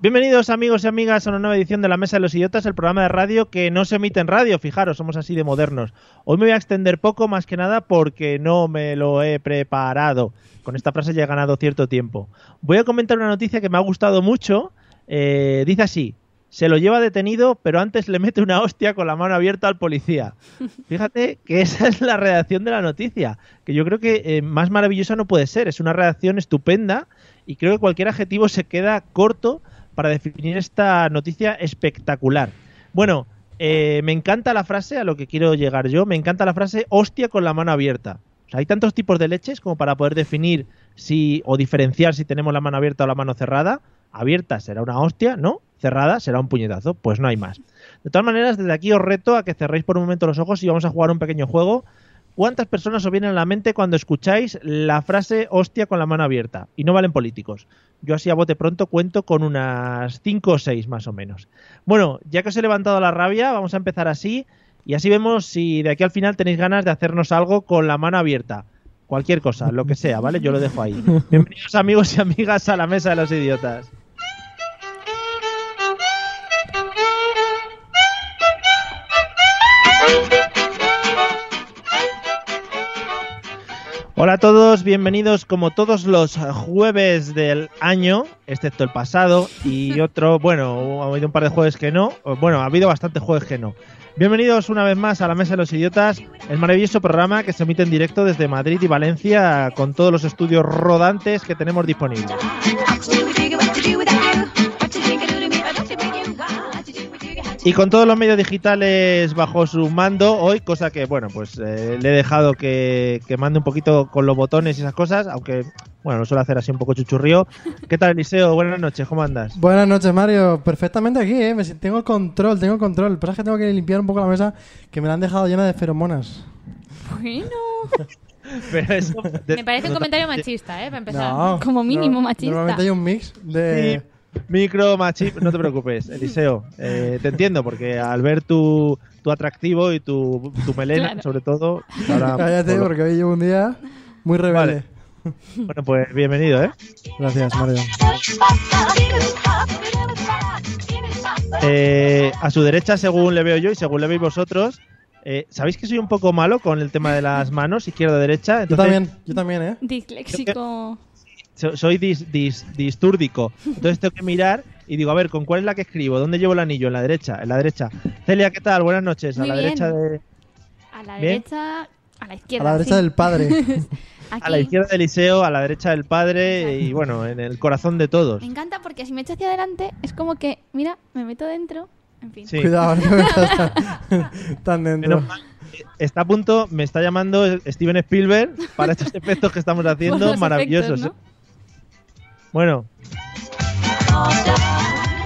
Bienvenidos amigos y amigas a una nueva edición de La Mesa de los Idiotas, el programa de radio que no se emite en radio, fijaros, somos así de modernos. Hoy me voy a extender poco más que nada porque no me lo he preparado. Con esta frase ya he ganado cierto tiempo. Voy a comentar una noticia que me ha gustado mucho. Eh, dice así, se lo lleva detenido, pero antes le mete una hostia con la mano abierta al policía. Fíjate que esa es la redacción de la noticia, que yo creo que eh, más maravillosa no puede ser. Es una redacción estupenda y creo que cualquier adjetivo se queda corto para definir esta noticia espectacular. Bueno, eh, me encanta la frase, a lo que quiero llegar yo, me encanta la frase hostia con la mano abierta. O sea, hay tantos tipos de leches como para poder definir si o diferenciar si tenemos la mano abierta o la mano cerrada. Abierta será una hostia, ¿no? cerrada será un puñetazo, pues no hay más. De todas maneras, desde aquí os reto a que cerréis por un momento los ojos y vamos a jugar un pequeño juego. ¿Cuántas personas os vienen a la mente cuando escucháis la frase hostia con la mano abierta? Y no valen políticos. Yo así a bote pronto cuento con unas 5 o 6 más o menos. Bueno, ya que os he levantado la rabia, vamos a empezar así y así vemos si de aquí al final tenéis ganas de hacernos algo con la mano abierta. Cualquier cosa, lo que sea, ¿vale? Yo lo dejo ahí. Bienvenidos amigos y amigas a la mesa de los idiotas. Hola a todos, bienvenidos como todos los jueves del año, excepto el pasado y otro, bueno, ha habido un par de jueves que no, bueno, ha habido bastantes jueves que no. Bienvenidos una vez más a la Mesa de los Idiotas, el maravilloso programa que se emite en directo desde Madrid y Valencia con todos los estudios rodantes que tenemos disponibles. Y con todos los medios digitales bajo su mando hoy, cosa que, bueno, pues eh, le he dejado que, que, mande un poquito con los botones y esas cosas, aunque, bueno, lo suele hacer así un poco chuchurrío. ¿Qué tal, Eliseo? Buenas noches, ¿cómo andas? Buenas noches, Mario. Perfectamente aquí, ¿eh? Me, tengo el control, tengo el control. Pero es que tengo que limpiar un poco la mesa, que me la han dejado llena de feromonas. Bueno. Pero eso, de, me parece un comentario machista, ¿eh? Para empezar. No, Como mínimo no, machista. Normalmente hay un mix de... Sí. Micro, machip, no te preocupes, Eliseo. Eh, te entiendo, porque al ver tu, tu atractivo y tu, tu melena, Claro. sobre todo. ahora- pues, Cállate, porque hoy llevo un día muy rebelde. Bueno, pues bienvenido, ¿eh? Gracias, Mario. Eh, A su derecha, según le veo yo y según le veis vosotros, eh, ¿sabéis que soy un poco malo con el tema de las manos, izquierda-derecha? Yo también, yo también, ¿eh? Disléxico. so- soy dis- dis- distúrdico. Entonces tengo que mirar y digo, a ver, ¿con cuál es la que escribo? ¿Dónde llevo el anillo? En la derecha, en la derecha. Celia, ¿qué tal? Buenas noches. Muy a la bien. derecha de, A la Bien. derecha. A la A izquierda. la derecha sí. del padre. Aquí. a la izquierda del Eliseo, a la derecha del padre y bueno, en el corazón de todos. Me encanta porque si me echo hacia adelante es como que, mira, me meto dentro. En fin. Sí. Cuidado, no estás tan, tan dentro. Menos mal que Está a punto, me está llamando Steven Spielberg para estos efectos que estamos Por haciendo los maravillosos. efectos, ¿no? ¿eh? Bueno.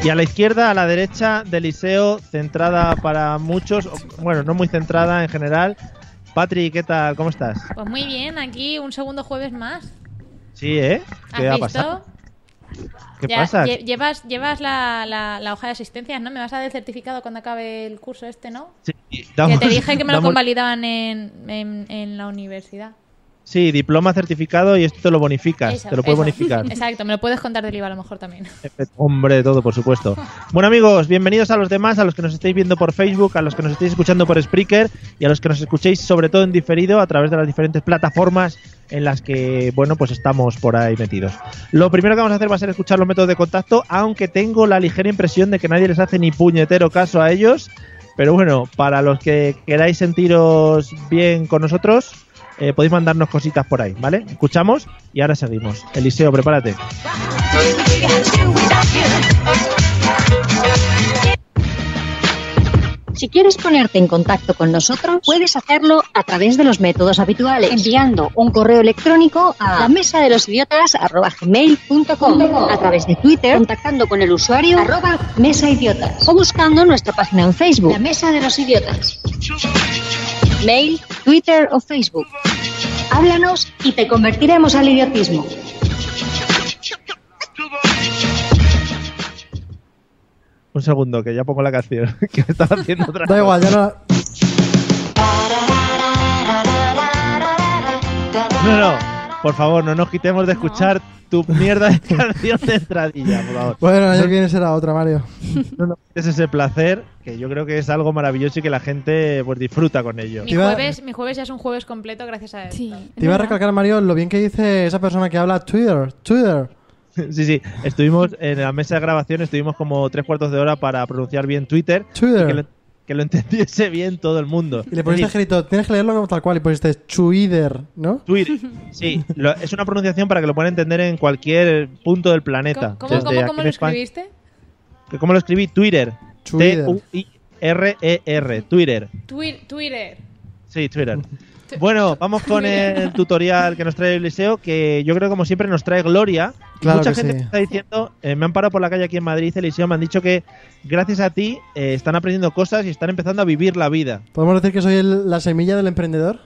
Y a la izquierda, a la derecha del Liceo, centrada para muchos, o- bueno, no muy centrada en general. Patri, ¿qué tal? ¿Cómo estás? Pues muy bien, aquí un segundo jueves más. Sí, ¿eh? ¿Has ¿Qué ha visto? pasado? ¿Qué Ya pasa? lle- Llevas, llevas la, la- la hoja de asistencias, ¿no? Me vas a dar el certificado cuando acabe el curso este, ¿no? Sí, Ya damos- te dije que me lo damos- convalidaban en, en- en la universidad. Sí, diploma certificado y esto te lo bonificas, Eso, te lo puedes eso. bonificar. Exacto, me lo puedes contar del IVA a lo mejor también. Hombre, de todo, por supuesto. Bueno, amigos, bienvenidos a los demás, a los que nos estáis viendo por Facebook, a los que nos estáis escuchando por Spreaker y a los que nos escuchéis sobre todo en diferido a través de las diferentes plataformas en las que, bueno, pues estamos por ahí metidos. Lo primero que vamos a hacer va a ser escuchar los métodos de contacto, aunque tengo la ligera impresión de que nadie les hace ni puñetero caso a ellos. Pero bueno, para los que queráis sentiros bien con nosotros, eh, podéis mandarnos cositas por ahí, ¿vale? Escuchamos y ahora seguimos. Eliseo, prepárate. Si quieres ponerte en contacto con nosotros, puedes hacerlo a través de los métodos habituales, enviando un correo electrónico a la mesa de los idiotas a través de Twitter, contactando con el usuario arroba mesa idiotas o buscando nuestra página en Facebook, la mesa de los idiotas. Mail, Twitter o Facebook. Háblanos y te convertiremos al idiotismo. Un segundo, que ya pongo la canción. que me estaba haciendo otra Da igual, ya no. No, no. Por favor, no nos quitemos de escuchar tu mierda de canción de entradilla, por favor. Bueno, el año que viene será otra, Mario. No nos quites ese placer, que yo creo que es algo maravilloso y que la gente pues disfruta con ello. Mi Te iba- jueves, mi jueves ya es un jueves completo gracias a esto. Sí. Te iba a recalcar, Mario, lo bien que dice esa persona que habla Twitter. Twitter. Sí, sí. Estuvimos en la mesa de grabación, estuvimos como tres cuartos de hora para pronunciar bien Twitter. Twitter. Y que, lo, que lo entendiese bien todo el mundo. Y le pusiste Es decir, escrito, tienes que leerlo como tal cual, y pusiste Twitter, ¿no? Twitter. Sí, lo- es una pronunciación para que lo puedan entender en cualquier punto del planeta. ¿Cómo, cómo, Desde cómo- aquí cómo en lo España- escribiste? que ¿Cómo lo escribí? Twitter. Twitter. T-U-I-R-E-R. E Twitter. Twi- Twitter. Sí, Twitter. Bueno, vamos con el tutorial que nos trae Eliseo, que yo creo como siempre nos trae Gloria. Claro Mucha que gente sí. me está diciendo, eh, me han parado por la calle aquí en Madrid, Eliseo, me han dicho que gracias a ti eh, están aprendiendo cosas y están empezando a vivir la vida. ¿Podemos decir que soy el- la semilla del emprendedor?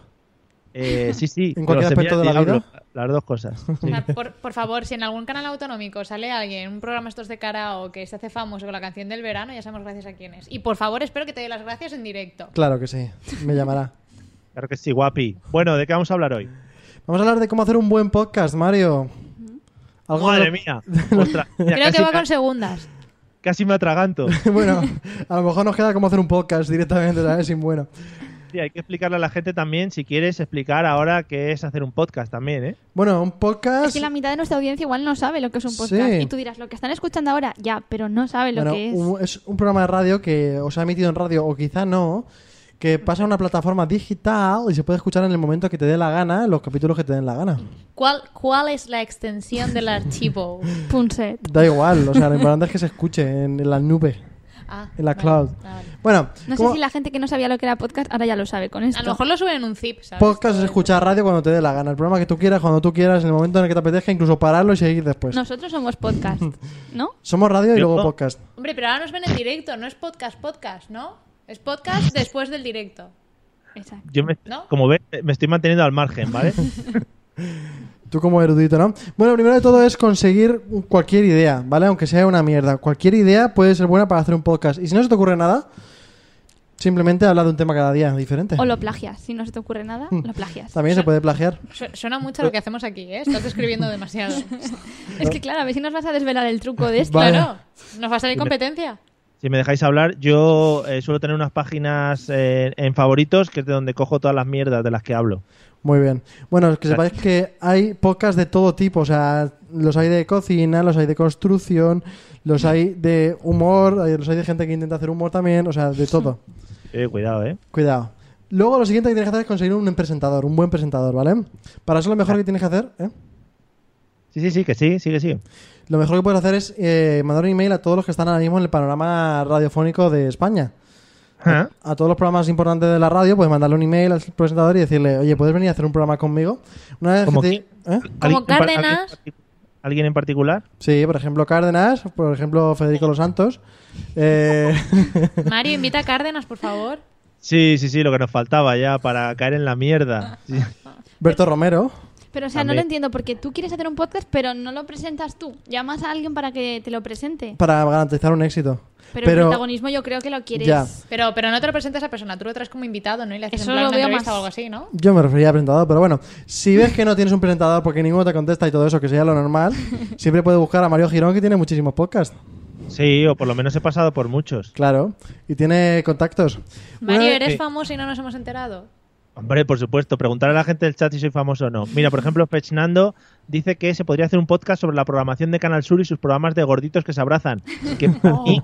Eh, sí, sí. ¿En cualquier pero aspecto de la diablo, vida? Las dos cosas. O sea, Por, por favor, si en algún canal autonómico sale alguien, un programa estos de karaoke, se hace famoso con la canción del verano, ya sabemos gracias a quién es. Y por favor, espero que te dé las gracias en directo. Claro que sí, me llamará. Claro que sí, guapi. Bueno, ¿de qué vamos a hablar hoy? Vamos a hablar de cómo hacer un buen podcast, Mario. Algo de Madre lo- mía. Ostras, mira, Creo casi, que va me- con segundas. casi me atraganto. bueno, a lo mejor nos queda como hacer un podcast directamente, ¿sabes? Sin bueno. Sí, hay que explicarle a la gente también, si quieres explicar ahora qué es hacer un podcast también, ¿eh? Bueno, un Es podcast... que la mitad de nuestra audiencia igual no sabe lo que es un podcast. Sí. Y tú dirás, lo que están escuchando ahora, ya, pero no sabe lo bueno, que es. un- un programa de radio que os ha emitido en radio o quizá no, que pasa a una plataforma digital y se puede escuchar en el momento que te dé la gana, los capítulos que te den la gana. ¿Cuál, ¿Cuál es la extensión del archivo? Punset. Da igual, o sea, lo importante es que se escuche en, en la nube, Ah, en la vale, cloud. vale. Bueno, No sé como si la gente que no sabía lo que era podcast ahora ya lo sabe con esto. A lo mejor lo suben en un zip, ¿sabes? podcast es escuchar radio cuando te dé la gana, el programa que tú quieras, cuando tú quieras, en el momento en el que te apetezca, incluso pararlo y seguir después. Nosotros somos podcast, ¿no? Somos radio y Yo- luego podcast. Hombre, pero ahora nos ven en directo, no es podcast, podcast, ¿no? Es podcast después del directo. Exacto. Yo me- ¿No? como ves, me estoy manteniendo al margen, ¿vale? Tú como erudito, ¿no? Bueno, primero de todo es conseguir cualquier idea, ¿vale? Aunque sea una mierda. Cualquier idea puede ser buena para hacer un podcast. Y si no se te ocurre nada, simplemente habla de un tema cada día diferente. O lo plagias. Si no se te ocurre nada, lo plagias. También se puede plagiar. Su- Suena mucho lo que hacemos aquí, ¿eh? Estás describiendo demasiado. Es que claro, a ver si nos vas a desvelar el truco de esto. Vaya. Claro, nos va a salir competencia. Si me dejáis hablar, yo eh, suelo tener unas páginas eh, en favoritos, que es de donde cojo todas las mierdas de las que hablo. Muy bien. Bueno, que sepáis que hay podcasts de todo tipo. O sea, los hay de cocina, los hay de construcción, los hay de humor, hay- los hay de gente que intenta hacer humor también. O sea, de todo. Eh, cuidado, ¿eh? Cuidado. Luego lo siguiente que tienes que hacer es conseguir un presentador, un buen presentador, ¿vale? Para eso lo mejor que tienes que hacer, ¿eh? Sí, sí, sí, que sí, sigue, sigue. Lo mejor que puedes hacer es eh, mandar un email a todos los que están ahora mismo en el panorama radiofónico de España. Ajá. A todos los programas importantes de la radio, puedes mandarle un email al presentador y decirle, oye, ¿puedes venir a hacer un programa conmigo? Una vez ¿Como que te- ¿Eh? Como en par- Cárdenas. ¿alguien, en particu- alguien en particular? Sí, por ejemplo, Cárdenas, por ejemplo, Federico Los Santos. Eh, Mario, invita a Cárdenas, por favor. Sí, sí, sí, lo que nos faltaba ya para caer en la mierda. Sí. Berto Romero. Pero o sea, no También. lo entiendo porque tú quieres hacer un podcast, pero no lo presentas tú. Llamas a alguien para que te lo presente. Para garantizar un éxito. Pero, el protagonismo yo creo que lo quieres. Ya. Pero, pero no te lo presenta esa persona, tú lo traes como invitado, ¿no? Y le haces en Eso plan lo una veo entrevista más- o algo así, ¿no? Yo me refería a presentador, pero bueno, si ves que no tienes un presentador porque ninguno te contesta y todo eso, que sería lo normal, siempre puedes buscar a Mario Girón, que tiene muchísimos podcasts. Sí, o por lo menos he pasado por muchos. Claro, y tiene contactos. Mario, Una- eres Sí. famoso y no nos hemos enterado. Hombre, por supuesto, preguntar a la gente del chat si soy famoso o no. Mira, por ejemplo, Fechnando dice que se podría hacer un podcast sobre la programación de Canal Sur y sus programas de gorditos que se abrazan. Que para, mí,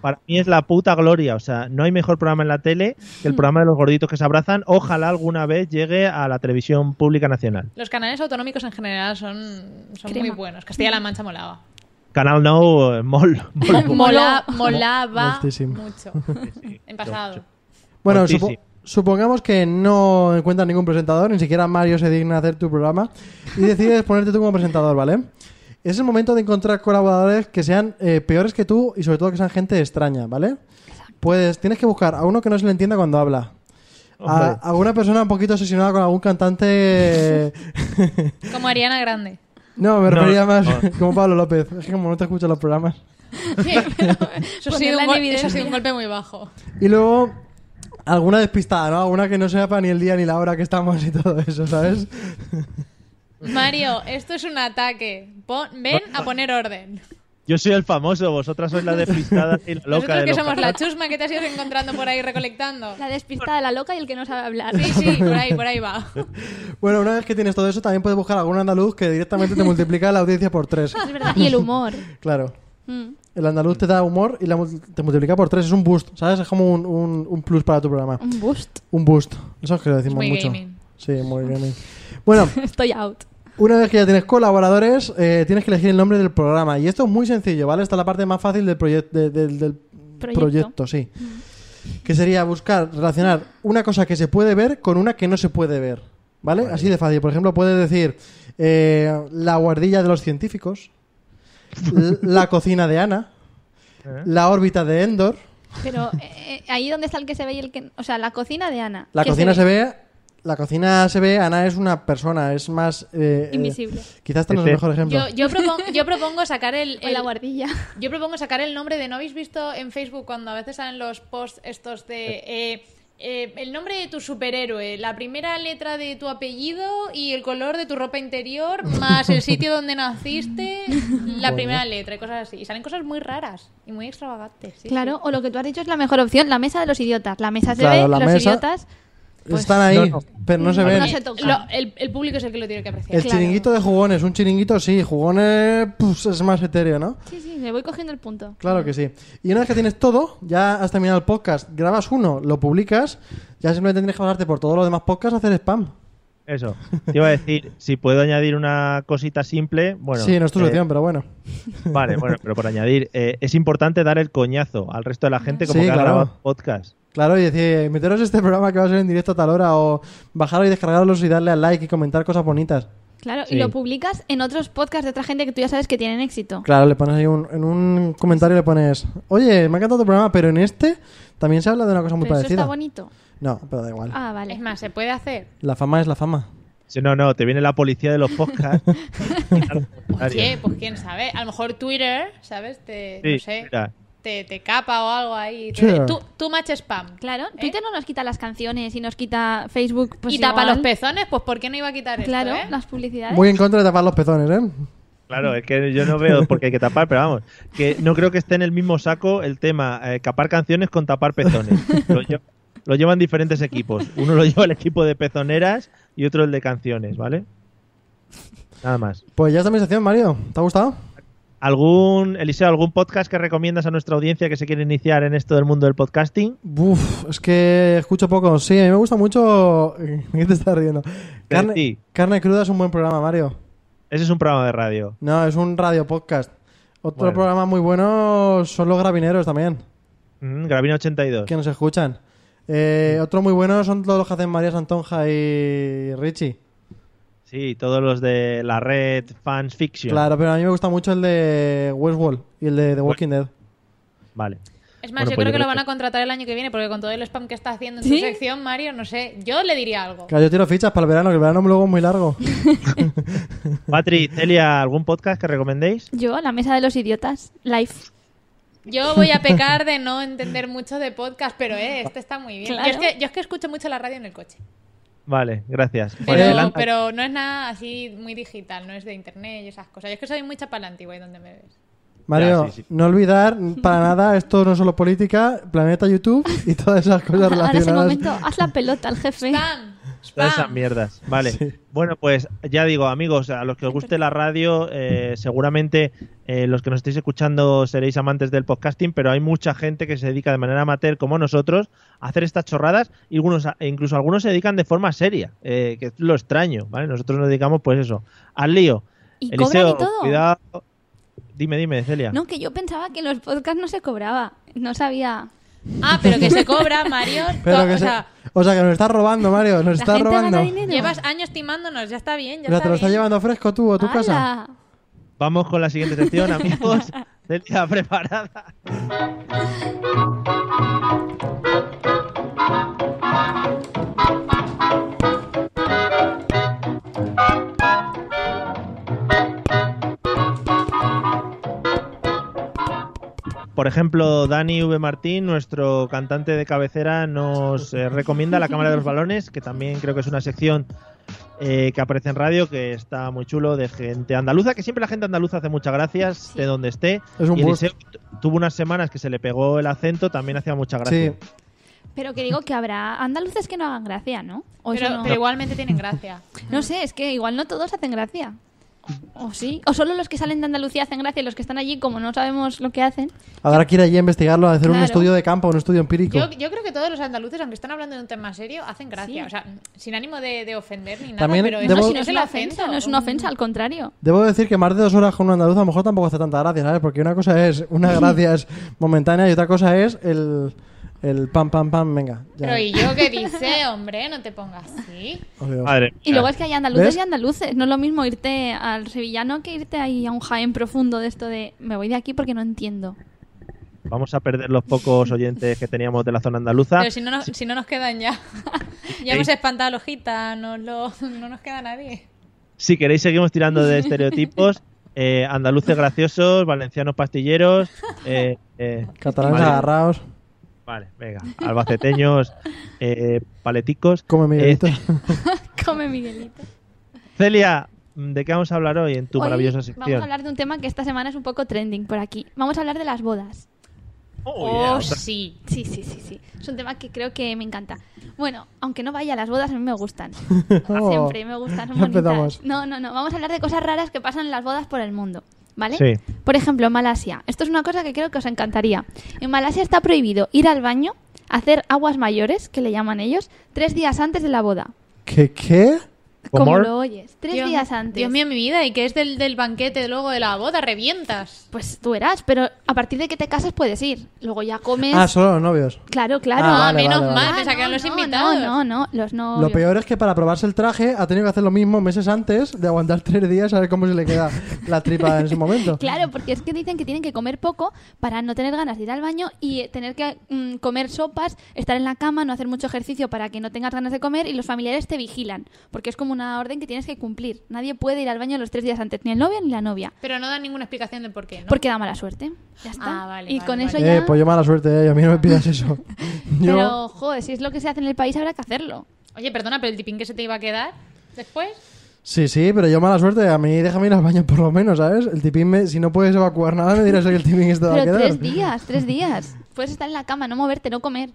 para mí es la puta gloria. O sea, no hay mejor programa en la tele que el programa de los gorditos que se abrazan. Ojalá alguna vez llegue a la televisión pública nacional. Los canales autonómicos en general son, son muy Crema. buenos. Castilla-La Mancha molaba. Canal No, eh, Mol. mol- Mola, molaba Moltísimo. mucho. En pasado. Bueno, Ortiz, supo- Pues sí. supongamos que no encuentras ningún presentador, ni siquiera Mario se digna hacer tu programa, y decides ponerte tú como presentador, ¿vale? Es el momento de encontrar colaboradores que sean eh, peores que tú y sobre todo que sean gente extraña, ¿vale? Pues tienes que buscar a uno que no se le entienda cuando habla. A, Hombre. a una persona un poquito obsesionada con algún cantante... Como Ariana Grande. no, No, me refería más no. como Pablo López. Es que como no te escucho los programas. Eso ha Ponerla sido un en gol- evidencia. eso ha sido un golpe muy bajo. Y luego, alguna despistada, ¿no? Alguna que no sepa ni el día ni la hora que estamos y todo eso, ¿sabes? Mario, esto es un ataque. Pon- ven a poner orden. Yo soy el famoso, vosotras sois la despistada y la loca. Nosotros de que los somos la canales. chusma que te has ido encontrando por ahí recolectando. La despistada, la loca y el que no sabe hablar. Sí, sí, por ahí, por ahí va. Bueno, una vez que tienes todo eso, también puedes buscar algún andaluz que directamente te multiplica la audiencia por tres. Es verdad. Y el humor. Mm, Claro. El andaluz te da humor y la mul- te multiplica por tres. Es un boost, ¿sabes? Es como un, un- un plus para tu programa. Un boost. Un boost. Eso es que lo decimos muy mucho. gaming. Sí, muy gaming. Bueno, Estoy out. Una vez que ya tienes colaboradores, eh, tienes que elegir el nombre del programa. Y esto es muy sencillo, ¿vale? Esta es la parte más fácil del, proye- de- del, del proyecto. Proyecto. sí. Que sería buscar, relacionar una cosa que se puede ver con una que no se puede ver. ¿Vale? Así de fácil. Por ejemplo, puedes decir eh, la guardilla de los científicos, l- la cocina de Ana, la órbita de Endor. Pero eh, eh, ahí donde está el que se ve y el que. O sea, la cocina de Ana. La que cocina se ve? la cocina se ve, Ana es una persona, es más... eh, eh, Invisible. quizás este no es el Ese. mejor ejemplo. Yo, yo, propongo, yo propongo sacar el, O la el- guardilla. yo propongo sacar el nombre de. ¿No habéis visto en Facebook cuando a veces salen los posts estos de eh, eh, el nombre de tu superhéroe, la primera letra de tu apellido y el color de tu ropa interior, más el sitio donde naciste, la primera letra y cosas así. Y salen cosas muy raras y muy extravagantes. sí, Claro, o lo que tú has dicho es la mejor opción, la mesa de los idiotas. La mesa se Claro, ve, la los mesa- idiotas. Están ahí, No, no. pero no se Pues No ven. se sí. toca. Lo- el, el público es el que lo tiene que apreciar. El chiringuito de jugones, un chiringuito sí, jugones pues, es más etéreo, ¿no? Sí, sí, le voy cogiendo el punto. Claro que sí. Y una vez que tienes todo, ya has terminado el podcast, grabas uno, lo publicas, ya simplemente tienes que pasarte por todos los demás podcasts a hacer spam. Eso. Te iba a decir, si puedo añadir una cosita simple. Bueno, sí, no es tu eh, sección, pero bueno. Vale, bueno, pero por añadir, eh, es importante dar el coñazo al resto de la gente como Sí, que ha claro. grabado podcast. Claro, y decir, meteros este programa que va a ser en directo a tal hora, o bajaros y descargarlos y darle al like y comentar cosas bonitas. Claro, Sí. y lo publicas en otros podcasts de otra gente que tú ya sabes que tienen éxito. Claro, le pones ahí un, en un comentario le pones, oye, me ha encantado tu programa, pero en este también se habla de una cosa muy Pero eso parecida. está bonito. no, pero da igual. Ah, vale. Es más, se puede hacer. La fama es la fama. Si no, no, te viene la policía de los podcasts. Oye, pues quién sabe. A lo mejor Twitter, ¿sabes? Te, Sí, no sé, mira. te, te capa o algo ahí. Sí. Te- Tú, tú match spam. Claro, ¿eh? Twitter no nos quita las canciones y nos quita Facebook. Pues y tapa igual. los pezones, pues ¿por qué no iba a quitar Claro, esto, eh? las publicidades. Muy en contra de tapar los pezones, ¿eh? Claro, es que yo no veo porque hay que tapar, pero vamos, que no creo que esté en el mismo saco el tema eh, capar canciones con tapar pezones. Lo, lle- lo llevan diferentes equipos. Uno lo lleva el equipo de pezoneras y otro el de canciones, ¿vale? Nada más. Pues ya está mi sección, Mario. ¿Te ha gustado? ¿Algún, Eliseo, algún podcast que recomiendas a nuestra audiencia que se quiere iniciar en esto del mundo del podcasting? Uf, es que escucho poco. Sí, a mí me gusta mucho. ¿Qué te estás riendo? Carne, ti. Carne cruda es un buen programa, Mario. Ese es un programa de radio. No, es un radio podcast. Otro Bueno. programa muy bueno son los gravineros también, Mm, Gravina 82. que nos escuchan. Eh, otro muy bueno son todos los que hacen María Santonja y Richie. Sí, todos los de la red Fans Fiction. Claro, pero a mí me gusta mucho el de Westworld y el de The Walking Dead. Vale. Es más, Bueno, pues yo creo yo que creo lo van que- a contratar el año que viene, porque con todo el spam que está haciendo en ¿Sí? su sección, Mario, no sé, yo le diría algo. Claro, yo tiro fichas para el verano, que el verano luego es muy largo. Patri, Celia, ¿algún podcast que recomendéis? Yo, la mesa de los idiotas, live. Yo voy a pecar de no entender mucho de podcast, pero eh, este está muy bien. Claro. Yo, es que, yo es que escucho mucho la radio en el coche. Vale, gracias. Pues Pero, adelante. pero no es nada así muy digital, no es de internet y esas cosas. Yo es que soy muy chapa antigua y donde me ves. Mario, Ya, sí, sí. no olvidar para nada, esto no es solo política, Planeta YouTube y todas esas cosas Ahora es el relacionadas. momento, haz la pelota al jefe. ¡Spam! Todas esas ¡Spam! mierdas. Vale. Sí. Bueno, pues ya digo, amigos, a los que os guste la radio, eh, seguramente eh, los que nos estéis escuchando seréis amantes del podcasting, pero hay mucha gente que se dedica de manera amateur, como nosotros, a hacer estas chorradas y algunos, e incluso algunos se dedican de forma seria, eh, que es lo extraño, ¿vale? Nosotros nos dedicamos, pues eso, al lío. Y Eliseo, cobran y todo. cuidado. Dime, dime, Celia. No, que yo pensaba que en los podcasts no se cobraba. No sabía. Ah, pero que se cobra, Mario. Pero o que se- sea, o sea, que nos estás robando, Mario. Nos La estás gente robando. gana Mira, dinero. llevas años timándonos, ya está bien. Ya te lo estás bien. llevando fresco tú a tu casa. ¡Hala! Vamos con la siguiente sección, amigos. Celia, preparada. Por ejemplo, Dani V. Martín, nuestro cantante de cabecera, nos eh, recomienda La Cámara de los Balones, que también creo que es una sección eh, que aparece en radio, que está muy chulo, de gente andaluza, que siempre la gente andaluza hace muchas gracias de donde esté. Es un y bus. Eliseo t- tuvo unas semanas que se le pegó el acento, también hacía mucha Sí. gracia. Pero que digo que habrá andaluces que no hagan gracia, ¿no? O eso Pero, no. pero igualmente tienen gracia. No sé, es que igual no todos hacen gracia. O sí. O solo los que salen de Andalucía hacen gracia y los que están allí, como no sabemos lo que hacen. Habrá que ir allí a investigarlo, a hacer un Claro. estudio de campo, un estudio empírico. Yo, yo creo que todos los andaluces, aunque están hablando de un tema serio, hacen gracia. O sea, sin ánimo de, de ofender ni nada, También pero debo- eso No, sí si no es es el una ofensa, acento. no es una ofensa, al contrario. Debo decir que más de dos horas con un andaluz a lo mejor tampoco hace tanta gracia, ¿sabes? Porque una cosa es una gracia es momentánea y otra cosa es el, el pam, pam, pam, venga. ya. Pero y yo qué dice, hombre, no te pongas así. Os digo. Madre Y mía. luego es que hay andaluces ¿Ves? y andaluces. No es lo mismo irte al sevillano que irte ahí a un jaén profundo de esto de me voy de aquí porque no entiendo. Vamos a perder los pocos oyentes que teníamos de la zona andaluza. Pero si no nos, si no nos quedan ya. ya hemos espantado a los gitanos, los- no nos queda nadie. Si queréis, seguimos tirando de estereotipos. Eh, andaluces graciosos, valencianos pastilleros. eh, eh, Catalanes Madre- agarrados, Vale, venga. Albaceteños, eh, paleticos. come Miguelito. Eh, Come Miguelito. Celia, ¿de qué vamos a hablar hoy en tu Hoy maravillosa Vamos a sección? hablar de un tema que esta semana es un poco trending por aquí. Vamos a hablar de las bodas. Oh, yeah, Oh, otra- sí. Sí, sí, sí, sí. Es un tema que creo que me encanta. Bueno, aunque no vaya a las bodas, a mí me gustan. Oh. Siempre me gustan, son Ya empezamos. bonitas. No, no, no. Vamos a hablar de cosas raras que pasan en las bodas por el mundo. ¿Vale? Sí. Por ejemplo, en Malasia. Esto es una cosa que creo que os encantaría. En Malasia está prohibido ir al baño, hacer aguas mayores, que le llaman ellos, tres días antes de la boda. ¿Qué qué? ¿Cómo? Como lo oyes, tres Dios- días antes. Dios mío, mi vida, y que es del, del banquete luego de la boda, revientas. Pues tú verás, pero a partir de que te cases puedes ir. Luego ya comes. Ah, solo los novios. Claro, claro. Ah, Ah, vale, menos vale, vale. mal, me sacaron los no, invitados. No, no, no, los novios. Lo peor es que para probarse el traje ha tenido que hacer lo mismo meses antes de aguantar tres días a ver cómo se le queda la tripa en ese momento. Claro, porque es que dicen que tienen que comer poco para no tener ganas de ir al baño y eh, tener que mm, comer sopas, estar en la cama, no hacer mucho ejercicio para que no tengas ganas de comer y los familiares te vigilan, porque es como una orden que tienes que cumplir. Nadie puede ir al baño los tres días antes, ni el novio ni la novia, Pero no dan ninguna explicación del por qué, ¿no? porque da mala suerte. Ya está. Ah, vale, y vale, con vale. eso Eh, ya... pues yo mala suerte, eh, a mí no me pidas eso. Yo, Pero, joder, si es lo que se hace en el país, habrá que hacerlo. Oye, perdona, pero el tipín que se te iba a quedar después. Sí, sí, pero yo mala suerte, a mí déjame ir al baño por lo menos, ¿sabes? El tipín, me- si no puedes evacuar nada, me dirás que el tipín este va a Pero quedar. tres días, tres días. Puedes estar en la cama, no moverte, no comer.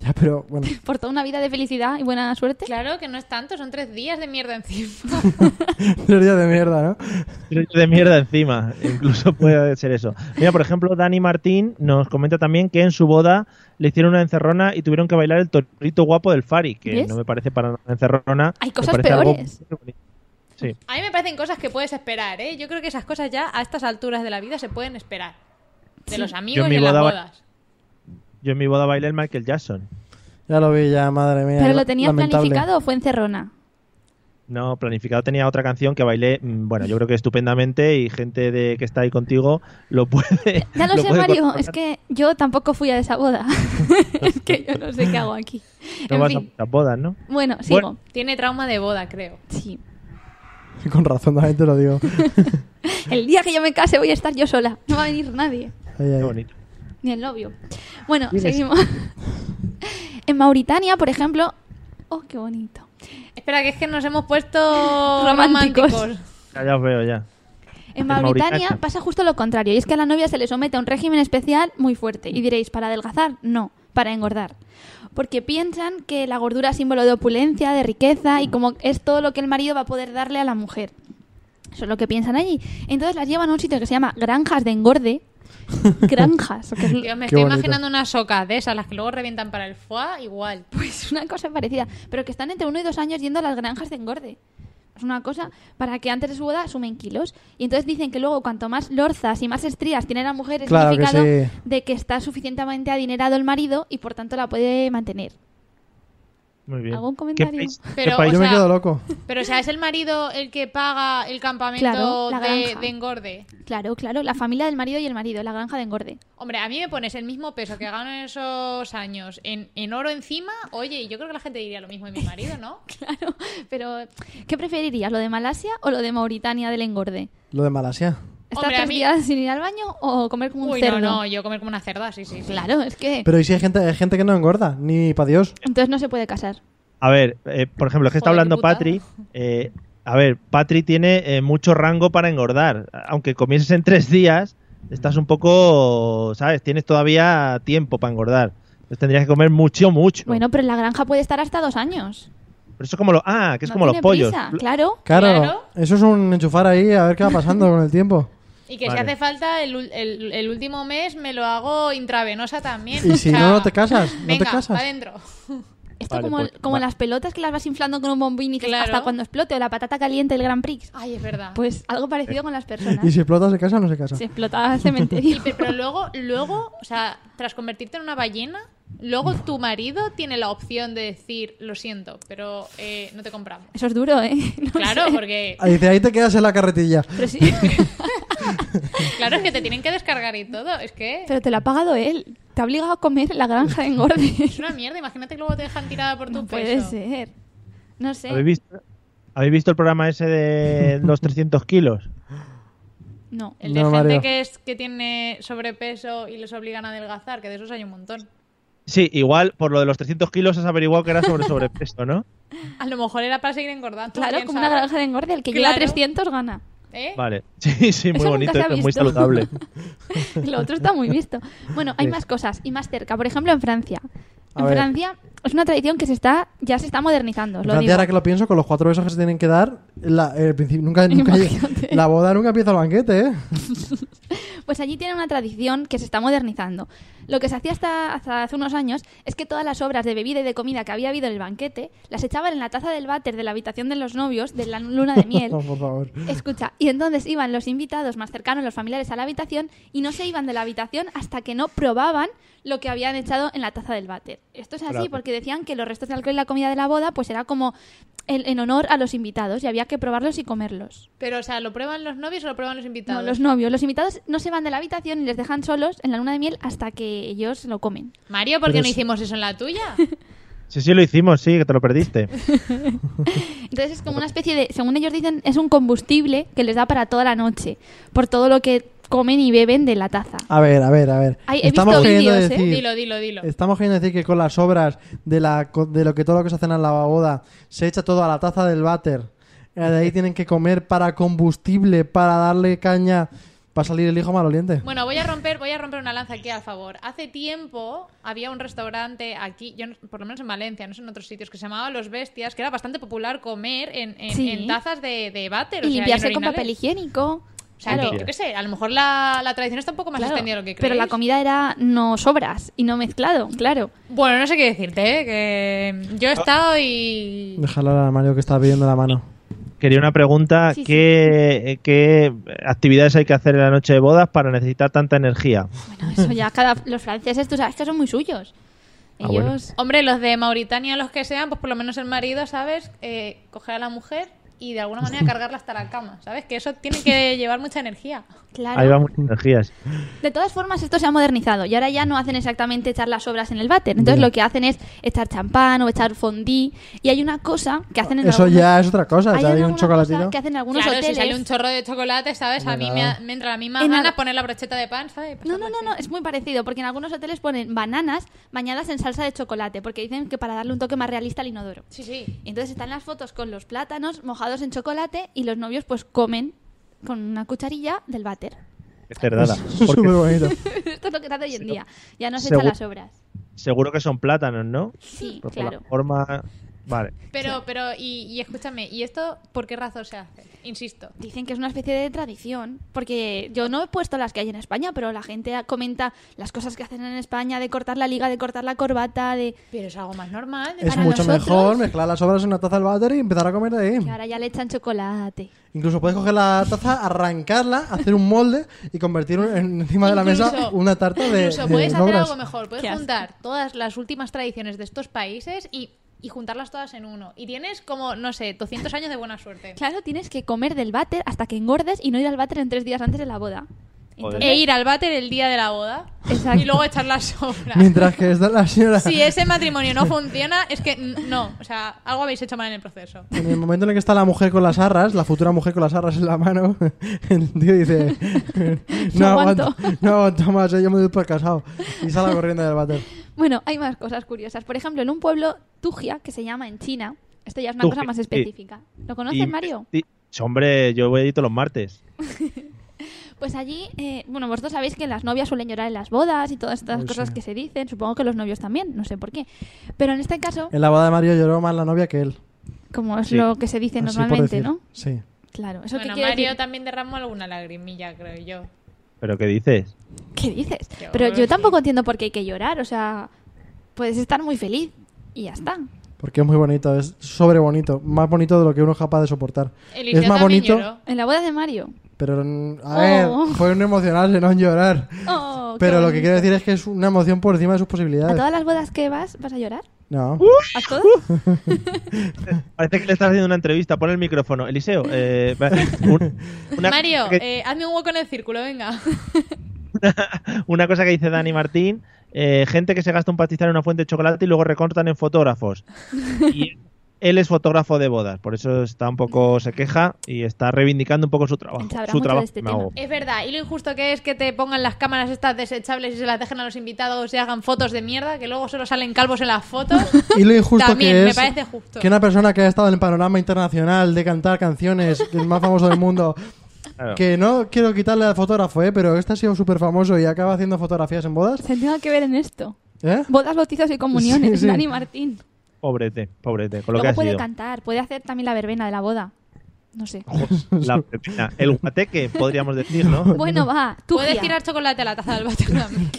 Ya, pero bueno. Por toda una vida de felicidad y buena suerte. Claro que no es tanto, son tres días de mierda encima. Tres días de mierda, ¿no? de mierda encima. Incluso puede ser eso. Mira, por ejemplo, Dani Martín nos comenta también que en su boda le hicieron una encerrona y tuvieron que bailar el torito guapo del Fari, que ¿Ves? no me parece para nada encerrona. Hay me cosas parece algo peores. muy bonito. Sí. A mí me parecen cosas que puedes esperar, ¿eh? Yo creo que esas cosas ya a estas alturas de la vida se pueden esperar. De los Yo amigos en mi y en las boda ba- bodas. Yo en mi boda bailé el Michael Jackson. Ya lo vi, ya, madre mía. ¿Pero la- lo tenías Eh, lamentable. planificado o fue encerrona? No, planificado tenía otra canción que bailé, mm, bueno, yo creo que estupendamente y gente de que está ahí contigo lo puede. Ya lo, sé, puede Mario, corroborar. es que yo tampoco fui a esa boda. es que yo no sé qué hago aquí. No en vas a fin, muchas bodas, ¿no? bueno, sigo. Bueno. Tiene trauma de boda, creo. Sí. Con razón, también te lo digo. El día que yo me case voy a estar yo sola. No va a venir nadie, Ay, ay. Qué bonito. ni el novio. Bueno, seguimos. en Mauritania, por ejemplo... Oh, qué bonito. Espera, que es que nos hemos puesto Románticos. románticos. Ya, ya os veo, ya. En En Mauritania Mauritania. pasa justo lo contrario, y es que a la novia se le somete a un régimen especial muy fuerte. Y diréis, ¿para adelgazar? No, para engordar. Porque piensan que la gordura es símbolo de opulencia, de riqueza, y como es todo lo que el marido va a poder darle a la mujer. Eso es lo que piensan allí. Entonces las llevan a un sitio que se llama granjas de engorde. Granjas, que es Dios, me Qué estoy bonito. imaginando unas socas de esas, las que luego revientan para el foie, igual. pues, una cosa parecida, pero que están entre uno y dos años yendo a las granjas de engorde. es una cosa, para que antes de su boda sumen kilos. Y entonces dicen que luego cuanto más lorzas y más estrías tiene la mujer, es Claro que significado sí. de que está suficientemente adinerado el marido y por tanto la puede mantener. Muy bien. ¿Algún ¿Qué comentario? país- qué Pero, país- Yo me sea, quedo loco. Pero, o sea, es el marido el que paga el campamento Claro, la de, granja. de engorde. Claro, claro, la familia del marido y el marido, la granja de engorde. Hombre, a mí me pones el mismo peso que gano en esos años en, en oro encima. Oye, yo creo que la gente diría lo mismo de mi marido, ¿no? Claro, pero ¿qué preferirías, lo de Malasia o lo de Mauritania del engorde? Lo de Malasia. ¿Estar Hombre, a tres mí- días sin ir al baño o comer como un Uy, cerdo? no, no, yo comer como una cerda, sí, sí. sí. Claro, es que Pero ¿y si hay gente, hay gente que no engorda? Ni para Dios. entonces no se puede casar. A ver, eh, por ejemplo, es que está Joder, qué hablando putada. Patri. eh, a ver, Patri tiene eh, mucho rango para engordar. Aunque comieses en tres días, estás un poco, ¿sabes? Tienes todavía tiempo para engordar. Entonces tendrías que comer mucho, mucho. Bueno, pero en la granja puede estar hasta dos años. Pero eso es como los... Ah, que es No como los tiene pollos. prisa, claro. Claro, Claro. eso es un enchufar ahí a ver qué va pasando con el tiempo. Y que Vale. si hace falta, el, ul- el- el último mes me lo hago intravenosa también. Y si O sea, no, no te casas, no Venga, te casas. adentro. Esto Vale, como, pues, como va. las pelotas que las vas inflando con un bombín y dices, Claro. Ah. hasta cuando explote o la patata caliente del Grand Prix. Ay, es verdad. Pues algo Eh. parecido con las personas. Y si explota, se casa o no se casa. Se explota el cementerio. Y pe- Pero luego, luego, o sea, tras convertirte en una ballena, luego tu marido tiene la opción de decir, lo siento, pero eh, no te compramos. Eso es duro, ¿eh? No Claro, sé. porque Ahí dice, ahí te quedas en la carretilla. Pero, sí. claro es que te tienen que descargar y todo. Es que Pero te lo ha pagado él. Te ha obligado a comer en la granja de engorde. es una mierda. Imagínate que luego te dejan tirada por No tu puede peso. ser. No sé. ¿Habéis visto, ¿Habéis visto el programa ese de los 300 kilos? No. El de No, gente Mario. que es que tiene sobrepeso y les obligan a adelgazar, que de esos hay un montón. Sí, igual por lo de los 300 kilos has averiguado que era sobre sobrepeso, ¿no? A lo mejor era para seguir engordando. Claro, quién como una sabe. granja de engorde, el que Claro. lleva 300 gana. ¿Eh? Vale. Sí, sí, muy Eso nunca bonito, se ha eso es muy visto. saludable. Lo otro está muy visto. Bueno, hay Sí. más cosas y más cerca. Por ejemplo, en Francia. A en ver. Francia es una tradición que se está ya se está modernizando. os En lo Francia, digo. ahora que lo pienso, con los cuatro besos que se tienen que dar, la, eh, el principio, nunca, nunca- Imagínate. la boda nunca empieza el banquete, ¿eh? Pues allí tiene una tradición que se está modernizando. Lo que se hacía hasta, hasta hace unos años es que todas las obras de bebida y de comida que había habido en el banquete las echaban en la taza del váter de la habitación de los novios de la luna de miel. No, por favor. Escucha, y entonces iban los invitados más cercanos, los familiares, a la habitación y no se iban de la habitación hasta que no probaban lo que habían echado en la taza del váter. Esto es así Bravo. porque decían que los restos de alcohol y la comida de la boda pues era como en, en honor a los invitados y había que probarlos y comerlos. Pero, o sea, ¿lo prueban los novios o lo prueban los No, invitados? los novios, los invitados no se van de la habitación y les dejan solos en la luna de miel hasta que ellos lo comen. Mario, ¿por qué Pero no es- hicimos eso en la tuya? Sí, sí, lo hicimos, sí, que te lo perdiste. Entonces es como una especie de, según ellos dicen, es un combustible que les da para toda la noche por todo lo que comen y beben de la taza. A ver, a ver, a ver. Ay, he estamos visto queriendo vídeos, ¿eh? decir, Dilo, dilo, dilo. estamos queriendo decir que con las obras de la co- de lo que todo lo que se hacen en la boda se echa todo a la taza del váter. Eh, De ahí tienen que comer para combustible, para darle caña, para salir el hijo maloliente. Bueno, voy a romper, voy a romper una lanza aquí a favor. Hace tiempo había un restaurante aquí, yo no- por lo menos en Valencia, no sé en otros sitios, que se llamaba Los Bestias, que era bastante popular comer en, en- Sí. en tazas de, de váter. o Y sea, en limpiarse con orinales. papel higiénico. O sea, que Claro. yo qué sé, a lo mejor la, la tradición está un poco más Claro, extendida de lo que crees. pero la comida era no sobras y no mezclado, claro. Bueno, no sé qué decirte, ¿eh? que Ah. yo he estado y... Dejarle al armario que está pidiendo la mano. Quería una pregunta, Sí, sí. ¿qué, eh, qué actividades hay que hacer en la noche de bodas para necesitar tanta energía? Bueno, eso ya cada los franceses, tú sabes que son muy suyos. Ah, bueno. Ellos Hombre, los de Mauritania, los que sean, pues por lo menos el marido, ¿sabes? Eh, coger a la mujer y de alguna manera cargarla hasta la cama, ¿sabes? Que eso tiene que llevar mucha energía. claro. Ahí va muchas energías. De todas formas, esto se ha modernizado y ahora ya no hacen exactamente echar las obras en el váter. Entonces lo que hacen es echar champán o echar fondí. Y hay una cosa que hacen en Eso algunos- ya es otra cosa, hay ya hay alguna un cosa chocolatito. que hacen en algunos claro, hoteles. si sale un chorro de chocolate, ¿sabes? A mí me, ha- me entra la misma En gana al- poner la brocheta de pan, ¿sabes? Pues No, no, no, no, es muy parecido, porque en algunos hoteles ponen bananas bañadas en salsa de chocolate, porque dicen que para darle un toque más realista al inodoro. Sí, sí. Y Entonces están las fotos con los plátanos mojados en chocolate y los novios pues comen con una cucharilla del váter. Qué cerdada. Súper Porque bonito. Esto es lo que se hace hoy en día. Ya no se Segu- echan las obras. seguro que son plátanos, ¿no? Sí, Pero por claro. la forma... Vale. Pero, pero, y, y escúchame, ¿y esto por qué razón se hace? Insisto. Dicen que es una especie de tradición, porque yo no he puesto las que hay en España, pero la gente comenta las cosas que hacen en España de cortar la liga, de cortar la corbata, de Pero es algo más normal. Es Para mucho nosotros- mejor mezclar las obras en una taza al váter y empezar a comer de ahí. que ahora ya le echan chocolate. Incluso puedes coger la taza, arrancarla, hacer un molde y convertir un- en- encima de la mesa Incluso- una tarta de. Incluso de puedes hacer obras. algo mejor. Qué Puedes asco. juntar todas las últimas tradiciones de estos países y, y juntarlas todas en uno. Y tienes como, no sé, 200 años de buena suerte. Claro, tienes que comer del váter hasta que engordes y no ir al váter en tres días antes de la boda. Joder. E ir al váter el día de la boda Exacto. y luego echar las obras. Mientras que está la señora. Si ese matrimonio no funciona, es que n- no. O sea, algo habéis hecho mal en el proceso. En el momento en el que está la mujer con las arras, la futura mujer con las arras en la mano, el tío dice: No, No aguanto. ¿eh? aguanto. no aguanto más, eh, yo me doy por casado. Y sale corriendo del váter. Bueno, hay más cosas curiosas. Por ejemplo, en un pueblo, Tugia, que se llama en China, esto ya es una Tugia, cosa más sí. específica. ¿Lo conoces, Y- Mario? y- hombre, yo voy a ir todos los martes. Pues allí, eh, bueno, vosotros sabéis que las novias suelen llorar en las bodas y todas estas Uy, cosas Pues sí. que se dicen. Supongo que los novios también, no sé por qué. Pero en este caso, En la boda de Mario lloró más la novia que él. como es Sí. lo que se dice Así por normalmente, decir. ¿no? Sí. Claro, eso Bueno, que quiere Mario decir- también derramó alguna lagrimilla, creo yo. ¿Pero qué dices? ¿Qué dices? Qué Pero horror. yo tampoco entiendo por qué hay que llorar. O sea, puedes estar muy feliz y ya está. Porque es muy bonito, es sobre bonito. Más bonito de lo que uno es capaz de soportar. Eliseo es más también bonito, lloró. En la boda de Mario. pero. mm, A Oh. ver, fue un emocionarse, no un llorar. Oh, qué Pero lo que bonito. quiero decir es que es una emoción por encima de sus ¿A posibilidades. todas las bodas que vas vas a llorar? No. ¿A todas? Uh. Parece que le estás haciendo una entrevista. Pon el micrófono. Eliseo, eh, va- un- una, Mario, cosa que, eh, hazme un hueco en el círculo, venga. una cosa que dice Dani Martín. eh, gente que se gasta un pastizal en una fuente de chocolate y luego recortan en fotógrafos. Y él es fotógrafo de bodas, por eso está un poco se queja y está reivindicando un poco su trabajo. Él sabrá Su mucho de trabajo. este me tema. hago. Es verdad, y lo injusto que es que te pongan las cámaras estas desechables y se las dejen a los invitados y hagan fotos de mierda, que luego solo salen calvos en las fotos. Y lo injusto También, que me es parece justo. que una persona que ha estado en el panorama internacional de cantar canciones, que es el más famoso del mundo, Claro. que no quiero quitarle al fotógrafo, ¿eh? pero este ha sido súper famoso y acaba haciendo fotografías en bodas. Se tenga que ver en esto. ¿Eh? Bodas, bautizos y comuniones. Sí, sí. Dani Martín. Pobrete, pobrete, con lo que Luego ha puede sido. cantar, puede hacer también la verbena de la boda. No sé. La pepina. El guateque, podríamos decir, ¿no? Bueno, va. Tugia. Puedes tirar chocolate a la taza del váter también.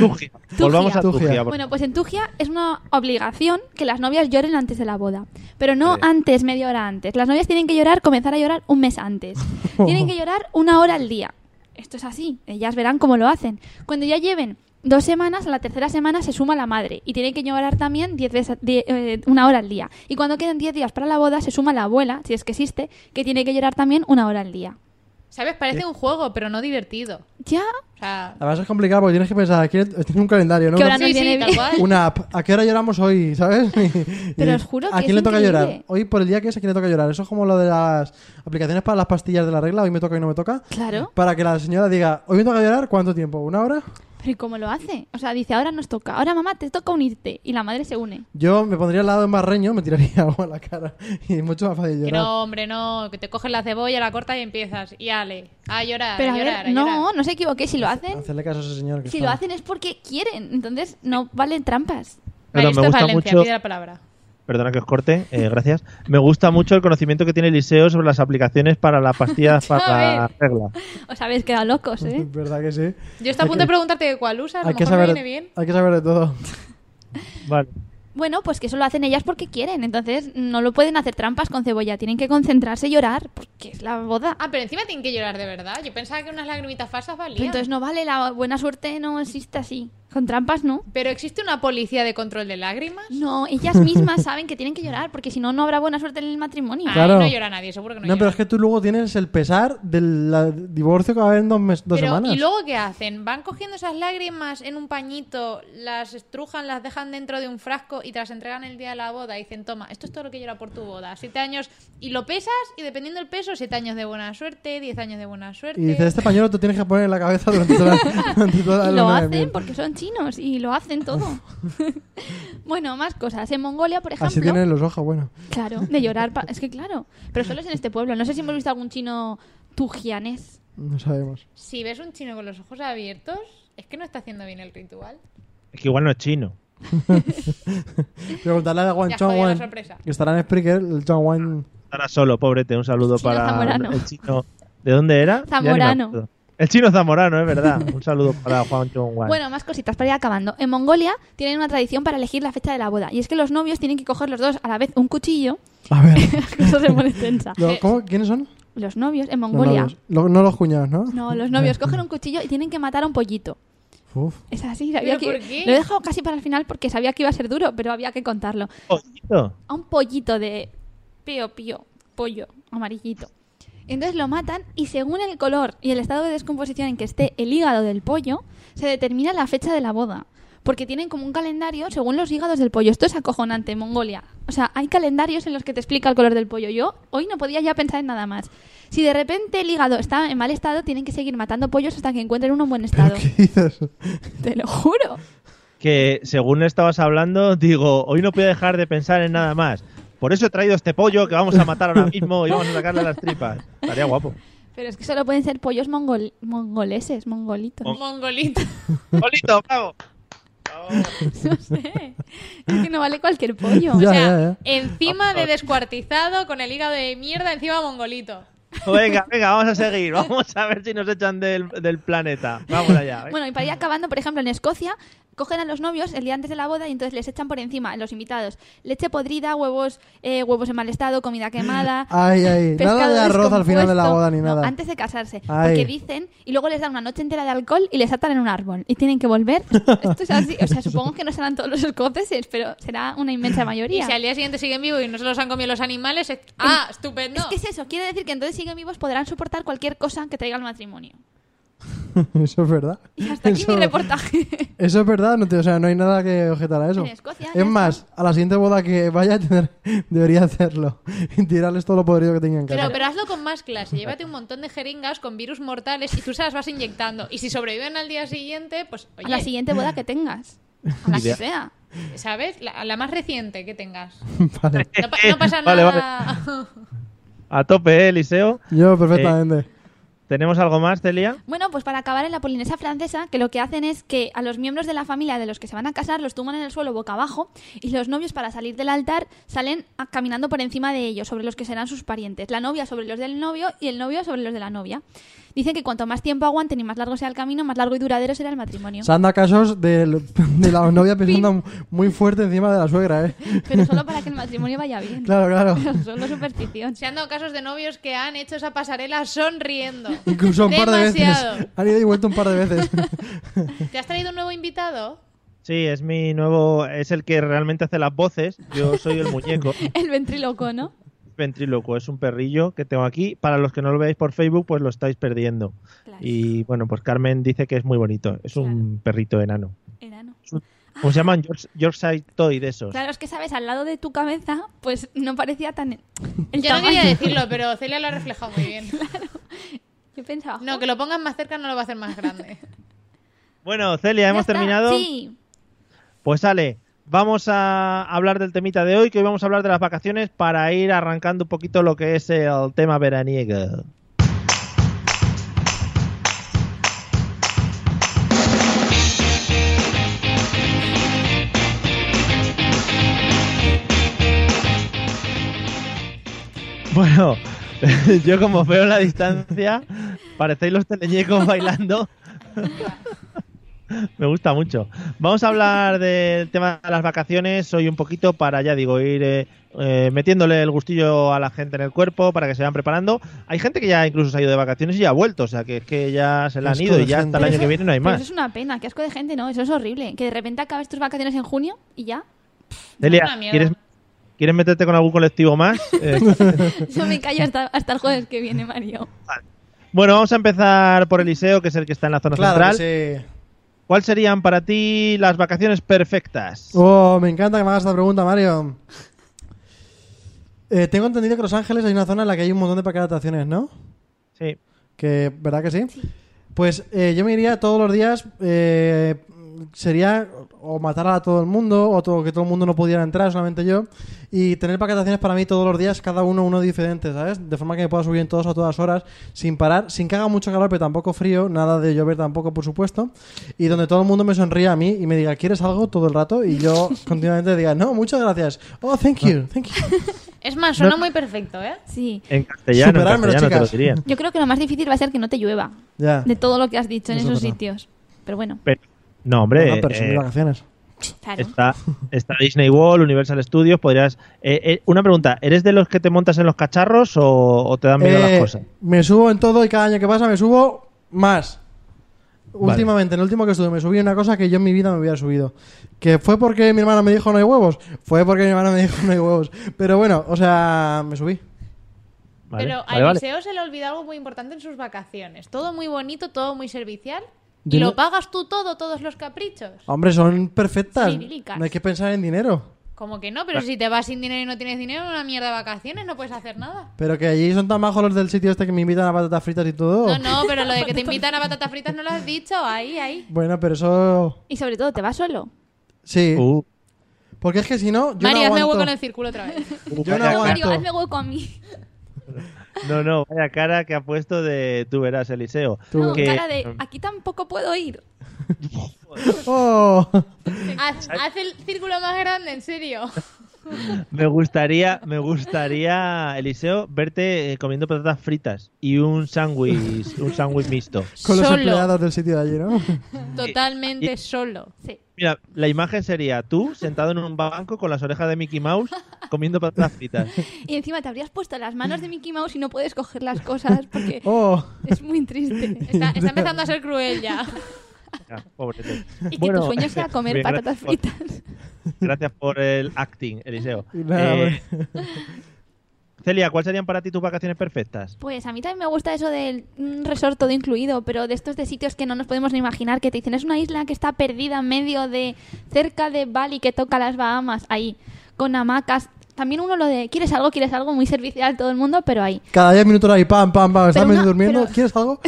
Tugia. Volvamos a Tugia. Tugia. por Bueno, pues en Tugia es una obligación que las novias lloren antes de la boda. Pero no Sí. antes, media hora antes. Las novias tienen que llorar, comenzar a llorar un mes antes. tienen que llorar una hora al día. Esto es así. Ellas verán cómo lo hacen. Cuando ya lleven dos semanas, a la tercera semana se suma la madre. Y tienen que llorar también diez veces, die- eh, una hora al día. Y cuando quedan diez días para la boda, se suma la abuela, si es que existe, que tiene que llorar también una hora al día. ¿Sabes? Parece un juego, pero no divertido. Ya. O sea, Además es complicado porque tienes que pensar, aquí tiene un calendario, ¿no? ¿Qué Una- hora nos Sí, sí, viene tal bien? cual. Una app. ¿A qué hora lloramos hoy? ¿Sabes? Y- Pero y- os juro ¿A que quién es le toca increíble. llorar? Hoy por el día que es a quién le toca llorar. Eso es como lo de las aplicaciones para las pastillas de la regla. Hoy me toca y no me toca. Claro. Para que la señora diga, hoy me toca llorar, ¿cuánto tiempo? ¿Una hora? Pero ¿y cómo lo hace? O sea, dice, ahora nos toca. Ahora, mamá, te toca unirte. Y la madre se une. Yo me pondría al lado de un barreño, me tiraría agua a la cara y es mucho más fácil que llorar. no, hombre, no. Que te coges la cebolla, la cortas y empiezas. Y ale, a llorar, Pero a a ver, llorar, a no, llorar. no se equivoquéis. Si lo hacen, Hacerle caso a ese señor. Que si está- lo hacen es porque quieren. Entonces no valen trampas. Pero Vale, me esto es gusta Valencia, mucho- pide la palabra. Perdona que os corte, eh, gracias. Me gusta mucho el conocimiento que tiene Eliseo sobre las aplicaciones para las pastillas para la regla. Os habéis quedado locos, ¿eh? Es verdad que sí. Yo estoy a punto de preguntarte cuál usas, a Hay lo que, mejor me saber, viene bien. hay que saber de todo. Vale. Bueno, pues que eso lo hacen ellas porque quieren. Entonces no lo pueden hacer trampas con cebolla. Tienen que concentrarse y llorar porque es la boda. Ah, pero encima tienen que llorar de verdad. Yo pensaba que unas lagrimitas falsas valían. Pero entonces no vale. La buena suerte no existe así. Con trampas no. ¿Pero existe una policía de control de lágrimas? No, ellas mismas saben que tienen que llorar porque si no, no habrá buena suerte en el matrimonio. Ay, Claro. no llora nadie, seguro que no, No, pero llora. es que tú luego tienes el pesar del la- divorcio que va a haber en dos, mes- dos Pero, semanas. ¿Y luego qué hacen? ¿Van cogiendo esas lágrimas en un pañito, las estrujan, las dejan dentro de un frasco y te las entregan el día de la boda? Y dicen, toma, esto es todo lo que llora por tu boda. Siete años. Y lo pesas y dependiendo del peso, siete años de buena suerte, diez años de buena suerte. Y dices, este pañuelo te tienes que poner en la cabeza durante toda, durante toda la Y lo luna de miel. hacen porque son chinos y lo hacen todo. bueno, más cosas. En Mongolia, por ejemplo. Así tienen los ojos, bueno. Claro, de llorar. pa- Es que claro. Pero solo es en este pueblo. No sé si hemos visto algún chino tujianés. No sabemos. Si ves un chino con los ojos abiertos, es que no está haciendo bien el ritual. Es que igual no es chino. Preguntarle a Juan Ya Chong jodido la Wan, sorpresa. que estará en Spreaker, el Chong Wan- Estará solo, pobrete. Un saludo Chino para Zamorano. el chino. ¿De dónde era? Ya ni me Zamorano. acuerdo. El chino zamorano, es verdad. Un saludo para Juan Chong Wan. Bueno, más cositas para ir acabando. En Mongolia tienen una tradición para elegir la fecha de la boda. Y es que los novios tienen que coger los dos a la vez un cuchillo. A ver. Eso se pone tensa. lo- ¿cómo? ¿Quiénes son? Los novios en Los Mongolia. novios. Lo- no los cuñados, ¿no? No, los novios cogen un cuchillo y tienen que matar a un pollito. Uf. Es así, sabía ¿Pero por que qué? lo he dejado casi para el final porque sabía que iba a ser duro, pero había que contarlo. Pollito. A un pollito de pío pío, pollo amarillito. Entonces lo matan y según el color y el estado de descomposición en que esté el hígado del pollo, se determina la fecha de la boda. Porque tienen como un calendario según los hígados del pollo. Esto es acojonante, Mongolia. O sea, hay calendarios en los que te explica el color del pollo. Yo hoy no podía ya pensar en nada más. Si de repente el hígado está en mal estado, tienen que seguir matando pollos hasta que encuentren uno en buen ¿Pero estado. qué dices? Te lo juro. que según estabas hablando, digo, hoy no puedo dejar de pensar en nada más. Por eso he traído este pollo que vamos a matar ahora mismo y vamos a sacarle las tripas. Estaría guapo. Pero es que solo pueden ser pollos mongol- mongoleses, mongolitos. Mongolito. ¡Polito, bravo! No sé. Es que no vale cualquier pollo. Ya, O sea, ya, ya. encima de descuartizado, con el hígado de mierda, encima mongolito. Pues Venga, venga, vamos a seguir. Vamos a ver si nos echan del, del planeta. Vamos allá. ¿eh? venga. Bueno, y para ir acabando, por ejemplo, en Escocia cogen a los novios el día antes de la boda y entonces les echan por encima, los invitados, leche podrida, huevos eh, huevos en mal estado, comida quemada. Ay, ay. Nada pescado de arroz al final de la descompuesto. boda ni No, nada. antes de casarse. Ay. Porque dicen, y luego les dan una noche entera de alcohol y les atan en un árbol. Y tienen que volver. Esto es así. O sea, supongo que no serán todos los escoceses, pero será una inmensa Y mayoría. si al día siguiente siguen vivos y no se los han comido los animales, es- ¡ah, estupendo! Es que es eso, quiere decir que entonces siguen vivos podrán soportar cualquier cosa que traiga el matrimonio. Eso es verdad. Y hasta aquí Eso- mi reportaje. Eso es verdad, no te- o sea, no hay nada que objetar a eso. En Escocia, ya es está. más, a la siguiente boda que vaya tener- debería hacerlo. Y tirarles todo lo podrido que tengan en casa. Claro, pero hazlo con más clase. Llévate un montón de jeringas con virus mortales y tú se las vas inyectando. Y si sobreviven al día siguiente, pues, oye, A la siguiente boda que tengas. A la que Idea. sea. ¿sabes? La, la más reciente que tengas. Vale. No, pa- no pasa Vale, nada. A tope, ¿eh, Eliseo. Yo perfectamente. ¿Tenemos algo más, Celia? Bueno, pues para acabar en la Polinesia francesa, que lo que hacen es que a los miembros de la familia de los que se van a casar los tumban en el suelo boca abajo y los novios para salir del altar salen a- caminando por encima de ellos, sobre los que serán sus parientes. La novia sobre los del novio y el novio sobre los de la novia. Dicen que cuanto más tiempo aguanten y más largo sea el camino, más largo y duradero será el matrimonio. Se han dado casos del- de la novia pensando muy fuerte encima de la suegra, ¿eh? Pero solo para que el matrimonio vaya bien. Claro, claro. Solo superstición. Se han dado casos de novios que han hecho esa pasarela sonriendo. Incluso un par de veces. Demasiado. Han ido y vuelto un par de veces. ¿Te has traído un nuevo invitado? Sí, es mi nuevo. Es el que realmente hace las voces. Yo soy el muñeco. El ventríloco, ¿no? Ventríloco es un perrillo que tengo aquí. Para los que no lo veáis por Facebook, pues lo estáis perdiendo. Claro. Y bueno, pues Carmen dice que es muy bonito. Es un perrito enano. Enano. ¿Cómo se Ah. llaman? Yorks- Yorkshire Toy de esos. Claro, es que sabes, al lado de tu cabeza, pues no parecía tan. el Yo no tamaño. quería decirlo, pero Celia lo ha reflejado muy bien. Yo pensaba. "Oh, No, que lo pongas más cerca no lo va a hacer más grande. Bueno, Celia, hemos terminado. Sí. Pues sale. Vamos a hablar del temita de hoy, que hoy vamos a hablar de las vacaciones para ir arrancando un poquito lo que es el tema veraniego. Bueno, yo como veo la distancia, parecéis los teleñecos bailando. Me gusta mucho. Vamos a hablar del tema de las vacaciones hoy un poquito para, ya digo, ir eh, eh, metiéndole el gustillo a la gente en el cuerpo para que se vayan preparando. Hay gente que ya incluso se ha ido de vacaciones y ya ha vuelto, o sea que es que ya se la han Es ido y ya todo hasta el gente. año que viene no hay Pero más. eso es una pena, qué asco de gente, ¿no? Eso es horrible. Que de repente acabes tus vacaciones en junio y ya. Es una Delia, mierda. ¿quieres, ¿quieres meterte con algún colectivo más? Eh, Yo me callo hasta, hasta el jueves que viene, Mario. bueno, vamos a empezar por Eliseo, que es el que está en la zona Claro, central. que sí. ¿Cuáles serían para ti las vacaciones perfectas? Oh, me encanta que me hagas esta pregunta, Mario. Eh, tengo entendido que en Los Ángeles hay una zona en la que hay un montón de parques de atracciones, ¿no? Sí. Que, ¿Verdad que sí? Pues eh, yo me iría todos los días. eh, sería. o- o matar a todo el mundo, o todo- que todo el mundo no pudiera entrar, solamente yo. Y tener paquetaciones para mí todos los días, cada uno uno diferente, ¿sabes? De forma que me pueda subir en todos a todas horas, sin parar, sin que haga mucho calor, pero tampoco frío, nada de llover tampoco, por supuesto. Y donde todo el mundo me sonría a mí y me diga, ¿quieres algo? todo el rato. Y yo continuamente diga, no, muchas gracias. Oh, thank you, Ah. thank you. Es más, suena muy perfecto, ¿eh? Sí. En castellano, en Superármelo, castellano te lo chicas. diría. Yo creo que lo más difícil va a ser que no te llueva. Ah. Ya. De todo lo que has dicho en Eso es esos verdad. sitios. Pero bueno, Pero- no, hombre. Bueno, pero son eh, mis vacaciones. claro. Está, está Disney World, Universal Studios, podrías... eh, eh, una pregunta, ¿eres de los que te montas en los cacharros o, o te dan miedo Eh, las cosas? Me subo en todo y cada año que pasa me subo más. Últimamente, en el último que estuve, me subí una cosa que yo en mi vida me hubiera subido. ¿Que fue porque mi hermana me dijo no hay huevos? Fue porque mi hermana me dijo no hay huevos. Pero bueno, o sea, me subí. Vale, Pero vale, a vale. Eliseo se le olvida algo muy importante en sus vacaciones. Todo muy bonito, todo muy servicial. Yo Y no- lo pagas tú todo, todos los caprichos. Hombre, son perfectas. Cirílicas. No hay que pensar en dinero. Como que no, pero si te vas sin dinero y no tienes dinero, una mierda de vacaciones, no puedes hacer nada. Pero que allí son tan bajos los del sitio este que me invitan a patatas fritas y todo. No, no, pero lo de que te invitan a patatas fritas no lo has dicho. Ahí, ahí. Bueno, pero eso... Y sobre todo, ¿te vas solo? Sí. Uh, Porque es que si no, yo Mario, no hazme aguanto. hueco en el círculo otra vez. uh, Yo no vaya aguanto. cara- hazme hueco a mí. no, no, vaya cara que ha puesto de tú verás, Eliseo. Tú No, que- cara de, aquí tampoco puedo ir. Oh. Haz, haz el círculo más grande, en serio. Me gustaría, me gustaría, Eliseo, verte eh, comiendo patatas fritas y un sándwich, un sándwich mixto. Con los Solo. empleados del sitio de allí, ¿no? Totalmente Y- solo. Sí. Mira, la imagen sería tú sentado en un banco con las orejas de Mickey Mouse comiendo patatas fritas. Y encima te habrías puesto las manos de Mickey Mouse y no puedes coger las cosas porque Oh. es muy triste. Está, está empezando a ser cruel ya. Ya, pobrete. Y que tu sueño sea comer bien, patatas gracias por- fritas. Gracias por el acting, Eliseo. Nada, Eh, Celia, ¿cuáles serían para ti tus vacaciones perfectas? Pues a mí también me gusta eso del mm, resort todo incluido, pero de estos de sitios que no nos podemos ni imaginar, que te dicen es una isla que está perdida en medio de, cerca de Bali, que toca las Bahamas, ahí, con hamacas. También uno lo de, ¿quieres algo? ¿Quieres algo? Muy servicial todo el mundo, pero ahí. Cada 10 minutos ahí, pam, pam, pam. ¿Estás Pero una- durmiendo? pero- ¿Quieres algo?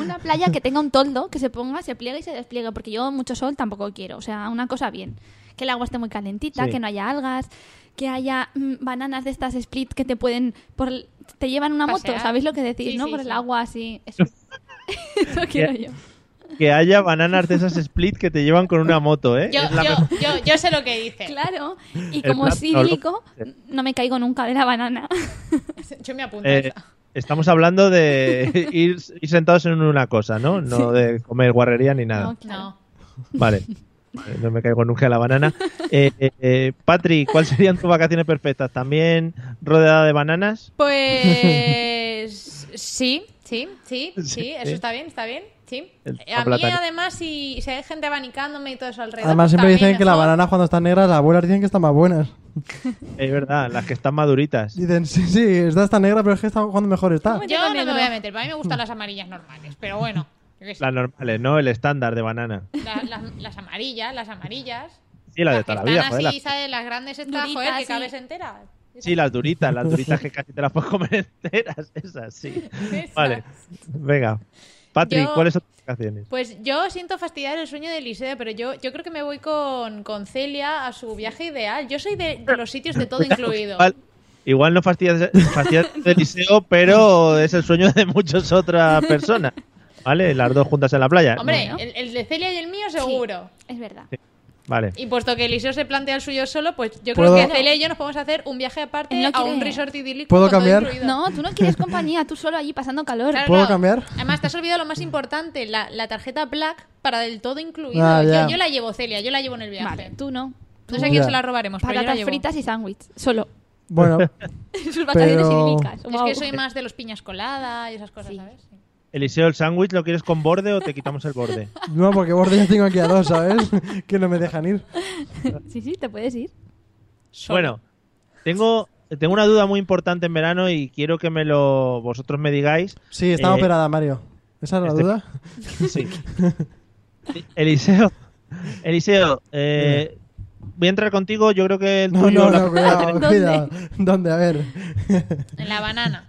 una playa que tenga un toldo, que se ponga, se pliegue y se despliegue, porque yo mucho sol tampoco quiero. O sea, una cosa bien. Que el agua esté muy calentita, Sí. que no haya algas, que haya mm, bananas de estas split que te pueden... Por, el- te llevan una moto, Pasear. ¿sabéis lo que decís, Sí, no? sí, por sí. el agua así. Eso, Eso quiero yo. Que haya bananas de esas split que te llevan con una moto, ¿eh? Yo, Es la mejor- yo, yo, yo sé lo que dice. Claro. Y El como plan- es cílico, no me caigo nunca de la banana. Yo me apunto. a Eh, esa. estamos hablando de ir, ir sentados en una cosa, ¿no? No de comer guarrería ni nada. No, claro. No. Vale. Eh, No me caigo nunca en la banana. Eh, eh, eh, Patri, ¿cuáles serían tus vacaciones perfectas? ¿También rodeada de bananas? Pues sí, sí, sí, Sí. sí, eso está bien, está bien, sí. El A mí plátano. además si, si hay gente abanicándome y todo eso alrededor. Además, pues siempre también dicen que las mejor. bananas cuando están negras, las abuelas dicen que están más buenas. Es verdad, las que están maduritas. Dicen, sí, sí, esta está negra, pero es que está cuando mejor está. Bueno. Yo no me negro. voy a meter, para mí me gustan las amarillas normales, pero bueno, yo qué sé, Las normales, ¿no? El estándar de banana. la- las, las amarillas, las amarillas. Sí, las de las que toda la están vida, así, joder, las- ¿sabes? Las grandes estas, Duritas, joder, que sí. cabes entera. Sí, las duritas, las duritas que casi te las puedes comer enteras, esas, sí. Esas. Vale, venga. Patri, Yo- ¿cuáles son tus vacaciones? Pues yo siento fastidiar el sueño de Eliseo, pero yo, yo creo que me voy con, con Celia a su viaje ideal. Yo soy de, de los sitios de todo incluido. Pues Igual, igual no fastidias, fastidias el liceo, pero es el sueño de muchas otras personas. ¿Vale? Las dos juntas en la playa. Hombre, Bueno. el, el de Celia y el mío seguro. Es verdad. Vale. Y puesto que Eliseo se plantea el suyo solo, pues yo ¿Puedo- creo que Celia y yo nos podemos hacer un viaje aparte Él no a quiere- un resort idílico. ¿Puedo con todo cambiar? incluido. No, tú no quieres compañía, tú solo allí pasando calor. Claro, ¿Puedo claro. cambiar? Además, te has olvidado lo más importante, la, la tarjeta Black para del todo incluido. Ah, ya. yo, yo la llevo, Celia, yo la llevo en el viaje. Vale, tú no. No sé a quién Ya. se la robaremos, pero yo la Patatas llevo. fritas y sándwich, solo. Bueno, Sus vacaciones Pero- idílicas. Es Guau. que soy más de los piñas coladas y esas cosas, ¿sabes? Sí. Eliseo, ¿el sándwich lo quieres con borde o te quitamos el borde? no, porque borde ya tengo aquí a dos, ¿sabes? que no me dejan ir. Sí, sí, te puedes ir. Solo. Bueno, tengo, tengo una duda muy importante en verano y quiero que me lo vosotros me digáis. Sí, estaba Eh, operada, Mario. ¿Esa es la este- duda? Sí. Eliseo, Eliseo, eh, voy a entrar contigo. Yo creo que el No, tuyo no, la- no, cuidado, ¿Dónde? cuidado. ¿Dónde? A ver. En la banana.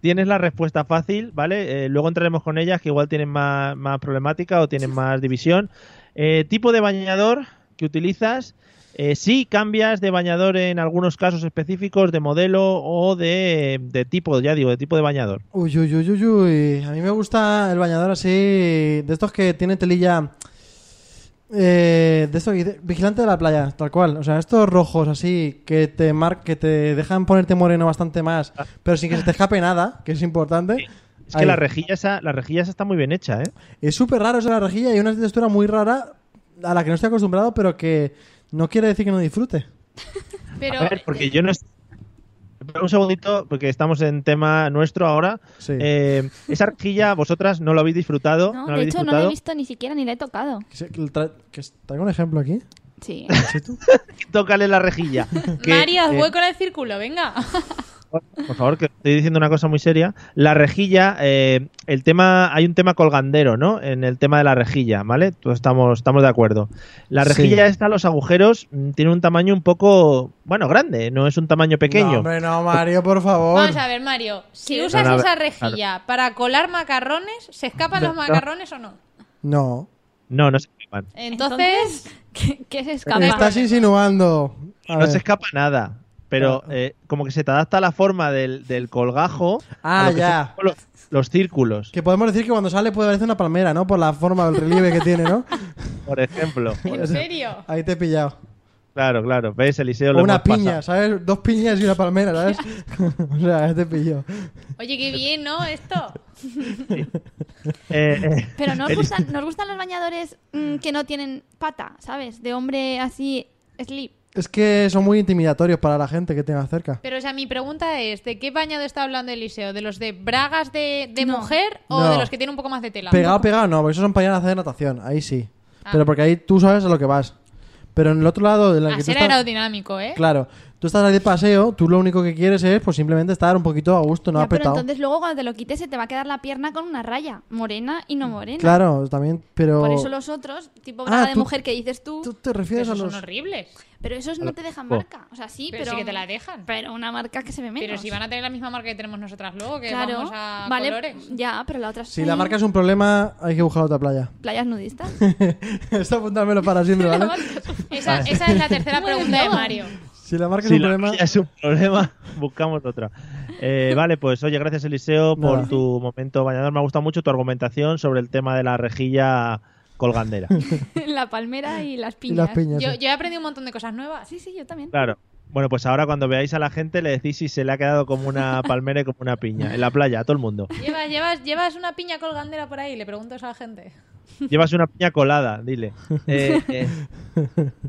tienes la respuesta fácil, ¿vale? Eh, luego entraremos con ellas, que igual tienen más, más problemática o tienen más división. Eh, tipo de bañador, que utilizas, eh, sí cambias de bañador en algunos casos específicos, de modelo o de, de tipo, ya digo, de tipo de bañador. Uy, uy, uy, uy, uy. A mí me gusta el bañador así, de estos que tiene telilla. eh, de estos vide- vigilante de la playa, tal cual. O sea, estos rojos así que te mar que te dejan ponerte moreno bastante más, pero sin que se te escape nada, que es importante. Ah. Es que Ahí. la rejilla, esa, la rejilla esa está muy bien hecha, ¿eh? Es súper raro esa rejilla y una textura muy rara a la que no estoy acostumbrado, pero que no quiere decir que no disfrute. Pero A ver, eh, porque yo no... es- Espera Un segundito, porque estamos en tema nuestro ahora. Sí. Eh, esa rejilla, vosotras no lo habéis disfrutado. No, No, lo de habéis hecho no disfrutado. la he visto ni siquiera ni la he tocado. Que se- que tra- que se- ¿Traigo un ejemplo aquí? Sí. ¿Sí tú? Tócale la rejilla. que- eh, María, haz que- hueco en el círculo, venga. Por favor, que estoy diciendo una cosa muy seria. La rejilla, eh, el tema, hay un tema colgandero, ¿no? En el tema de la rejilla, ¿vale? Todos estamos, estamos de acuerdo. La Sí. rejilla esta, los agujeros, mm, tiene un tamaño un poco, bueno, grande, no es un tamaño No, pequeño. hombre, no, Mario, por favor. Vamos a ver, Mario. Si Sí. usas No, no, esa claro. rejilla para colar macarrones, ¿se escapan los macarrones o no? No. no, no se escapan. Entonces, ¿Qué, qué se Me escapa? estás insinuando. A No ver. se escapa nada. Pero eh, como que se te adapta a la forma del, del colgajo. Ah, a lo que ya. son los, los círculos, Que podemos decir que cuando sale puede parecer una palmera, ¿no? Por la forma, el relieve que tiene, ¿no? por ejemplo. ¿en serio? Ahí te he pillado. Claro, claro. ¿Ves, Eliseo? O Lo una hemos pasado. piña, ¿sabes? Dos piñas y una palmera, ¿sabes? o sea, ahí te pillo. Oye, qué bien, ¿no? Esto. Eh, eh, Pero nos Eli- gustan, nos gustan los bañadores mm, que no tienen pata, ¿sabes? De hombre así, slip. Es que son muy intimidatorios para la gente que tenga cerca. Pero, o sea, mi pregunta es: ¿de qué bañado está hablando Eliseo? ¿De los de bragas de, de No. mujer o No. de los que tienen un poco más de tela? Pegado, pegado, no, porque esos son para ir a hacer natación, ahí sí. Ah. Pero porque ahí tú sabes a lo que vas. Pero en el otro lado, en el A que tú ser estás- aerodinámico, ¿eh? Claro, tú estás ahí de paseo, tú lo único que quieres es pues simplemente estar un poquito a gusto, no Ya, pero apretado. entonces luego cuando te lo quites se te va a quedar la pierna con una raya, morena y no morena. Claro, también, pero Por eso los otros, tipo Ah, braga de tú- mujer que dices tú, tú te refieres a Esos son los horribles. pero esos no te dejan Oh. marca. O sea, sí, Pero pero, sí que te la dejan. Pero una marca que se ve menos. Pero si van a tener la misma marca que tenemos nosotras luego, que claro, vamos a vale, colores. ya, pero la otra es Si la mm, marca es un problema, hay que buscar otra playa. playas nudistas. Esto apuntármelo para siempre, ¿vale? Esa, esa es la tercera pregunta de Mario. Si la marca Si es un la problema, rejilla es un problema, buscamos otra. Eh, vale, pues oye, gracias Eliseo por Nada. tu momento bañador. Me ha gustado mucho tu argumentación sobre el tema de la rejilla colgandera. la palmera y las y piñas. las piñas. Yo, sí. yo he aprendido un montón de cosas nuevas. Sí, sí, yo también. Claro. Bueno, pues ahora cuando veáis a la gente le decís si se le ha quedado como una palmera y como una piña. En la playa, a todo el mundo. ¿Llevas, llevas, ¿Llevas una piña colgandera por ahí? Le pregunto eso a la gente. Llevas una piña colada, dile. Eh, eh,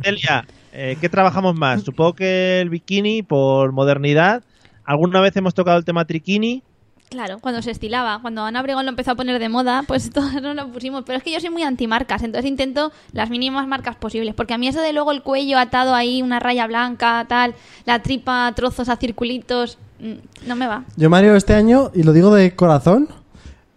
Celia, eh, ¿qué trabajamos más? Supongo que el bikini por modernidad. ¿Alguna vez hemos tocado el tema triquini? Claro, cuando se estilaba, cuando Ana Obregón lo empezó a poner de moda, pues todas nos lo pusimos. Pero es que yo soy muy antimarcas, entonces intento las mínimas marcas posibles. Porque a mí eso de luego el cuello atado ahí, una raya blanca, tal, la tripa, a trozos a circulitos, mm, no me va. Yo, Mario, este año, y lo digo de corazón,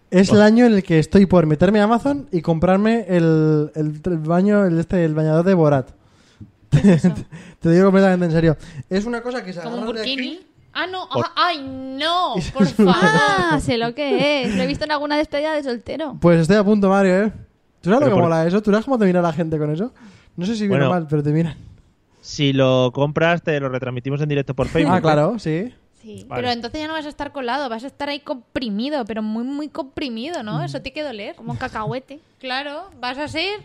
es el año en el que estoy por meterme a Amazon y comprarme el, el, el baño, el, este, el bañador de Borat. Te digo completamente en serio. Es una cosa que se Como un agarra de aquí. burkini. Ah, no. ah, ¡Ay, no! Y se Por sube. favor. Ah, sé lo que es. Lo he visto en alguna despedida de soltero. Pues estoy a punto, Mario, ¿eh? ¿Tú sabes Pero lo que por- mola eso? ¿Tú sabes cómo te mira la gente con eso? No sé si bien o Bueno. mal, pero te miran. Si lo compras, te lo retransmitimos en directo por Facebook. Ah, claro, sí. Sí. Vale. Pero entonces ya no vas a estar colado, vas a estar ahí comprimido, pero muy, muy comprimido, Mm. ¿no? Eso tiene que doler. Como un cacahuete. Claro, vas a ser.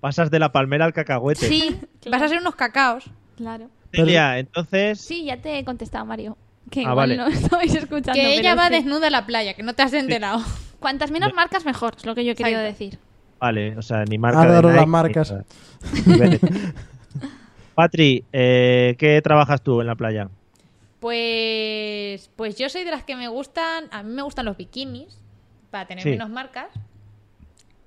Pasas de la palmera al cacahuete. Sí, vas a ser unos cacaos. Claro. Celia, entonces. Sí, ya te he contestado, Mario. Que Ah, igual vale. no estabais escuchando. Que ella pero va sí. desnuda a la playa, que no te has enterado. Cuantas menos marcas, mejor, es lo que yo he querido Exacto. decir. Vale, o sea, ni marca. Adoro de Nike, las marcas. ni nada. Patri, eh, ¿qué trabajas tú en la playa? Pues, pues yo soy de las que me gustan, a mí me gustan los bikinis para tener Sí. menos marcas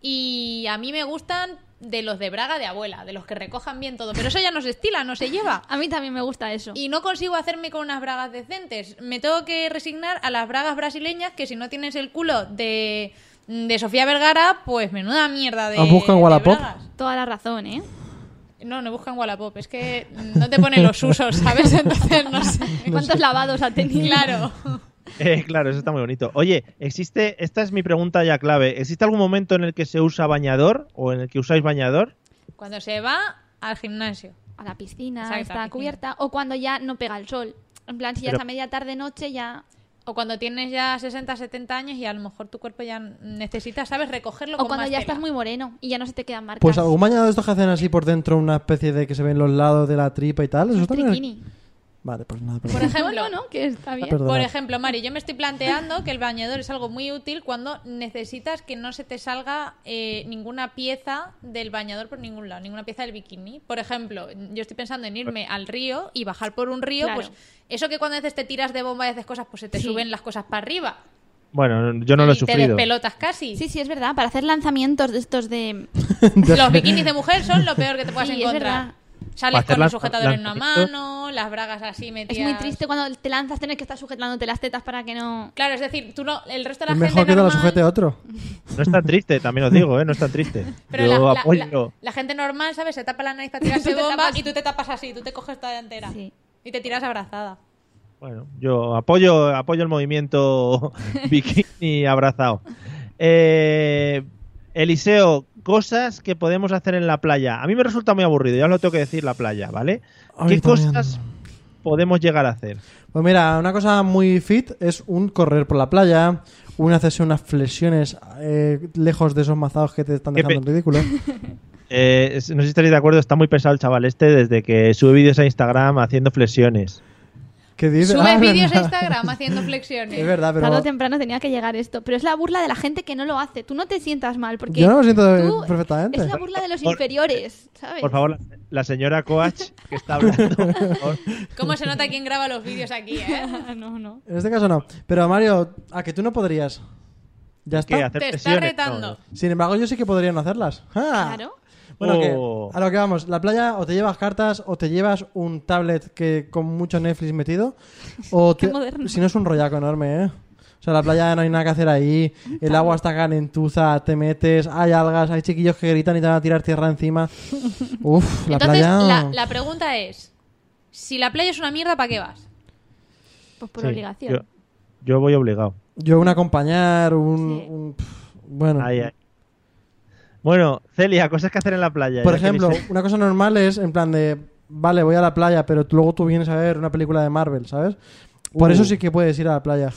y a mí me gustan de los de braga de abuela, de los que recojan bien todo, pero eso ya no se estila, no se lleva. A mí también me gusta eso. Y no consigo hacerme con unas bragas decentes. Me tengo que resignar a las bragas brasileñas que si no tienes el culo de, de Sofía Vergara, pues menuda mierda de ¿Has buscado en de Wallapop? bragas. Toda la razón, ¿eh? No, no buscan Wallapop, es que no te ponen los usos, ¿sabes? Entonces no sé. ¿Cuántos lavados ha tenido? Claro. Eh, claro, eso está muy bonito. Oye, ¿existe, esta es mi pregunta ya clave, ¿existe algún momento en el que se usa bañador o en el que usáis bañador? Cuando se va al gimnasio. a la piscina, Exacto, a la está piscina. cubierta, o cuando ya no pega el sol. En plan, si ya Pero- está media tarde, noche, ya. O cuando tienes ya 60, 70 años y a lo mejor tu cuerpo ya necesita, ¿sabes? Recogerlo O con cuando más ya tela. estás muy moreno y ya no se te quedan marcas. Pues algún bañado de estos que hacen así por dentro, una especie de que se ven los lados de la tripa y tal. Eso también. es- Triquini. Vale, pues nada, Por perdón. ejemplo, No, no, que está bien. Perdona. Por ejemplo, Mari, yo me estoy planteando que el bañador es algo muy útil cuando necesitas que no se te salga eh, ninguna pieza del bañador por ningún lado, ninguna pieza del bikini. Por ejemplo, yo estoy pensando en irme al río y bajar por un río, Claro. pues eso que cuando a veces te tiras de bomba y haces cosas, pues se te Sí. suben las cosas para arriba. Bueno, yo no lo he y te sufrido. despelotas casi. Sí, sí, es verdad. Para hacer lanzamientos de estos de. Los bikinis de mujer son lo peor que te puedas Sí, es verdad. encontrar. Para Sales hacer con el las- sujetador en las una manitos. mano, las bragas así metidas. Es muy triste cuando te lanzas, tener que estar sujetándote las tetas para que no. Claro, es decir, tú no, el resto de la Es gente mejor que te la normal- sujete otro. No es tan triste, también os digo, ¿eh? No es tan triste. Pero la, yo la- apoyo. la- la gente normal, ¿sabes? Se tapa la nariz para tirarse Tú te bomba tapas. y tú te tapas así, tú te coges toda entera. Sí. Y te tiras abrazada. Bueno, yo apoyo, apoyo el movimiento bikini abrazado. Eh, Eliseo, cosas que podemos hacer en la playa. A mí me resulta muy aburrido, ya os lo tengo que decir, la playa, ¿vale? A mí ¿Qué también. cosas podemos llegar a hacer? Pues mira, una cosa muy fit es un correr por la playa, un hacerse unas flexiones eh, lejos de esos mazados que te están Qué dejando en pe- ridículo. Eh, es- no sé si estaréis de acuerdo, está muy pesado el chaval este desde que sube vídeos a Instagram haciendo flexiones. ¿Qué dices? Subes Ah, es vídeos verdad. a Instagram haciendo flexiones. Es verdad, Tarde o Ah, pero temprano tenía que llegar esto. Pero es la burla de la gente que no lo hace. Tú no te sientas mal porque. yo no lo siento tú- perfectamente. Es la burla de los Por- inferiores, ¿sabes? Por favor, la, la señora Coach que está hablando, por favor. ¿Cómo se nota quién graba los vídeos aquí, eh? No, no. En este caso no. Pero Mario, a que tú no podrías. Ya ¿Qué? está. ¿Hacer Te está flexiones? retando. No, no. Sin embargo, yo sí que podría no hacerlas. ¡Ah! Claro. Bueno, Oh. que, a lo que vamos, la playa o te llevas cartas o te llevas un tablet que con mucho Netflix metido o Qué te- moderno. si no es un rollaco enorme, ¿eh? O sea, la playa no hay nada que hacer ahí, el agua está calentuza, te metes, hay algas, hay chiquillos que gritan y te van a tirar tierra encima. Uf, la Entonces, playa. la, la pregunta es: si la playa es una mierda, ¿para qué vas? Pues por Oh, Sí, obligación. Yo, yo voy obligado. Yo un acompañar, un, un- pff, bueno, Ahí, ahí. Bueno, Celia, cosas que hacer en la playa. por ya que ejemplo, Eliseo- una cosa normal es en plan de, vale, voy a la playa, pero tú- luego tú vienes a ver una película de Marvel, ¿sabes? Por Uh. eso sí que puedes ir a la playa,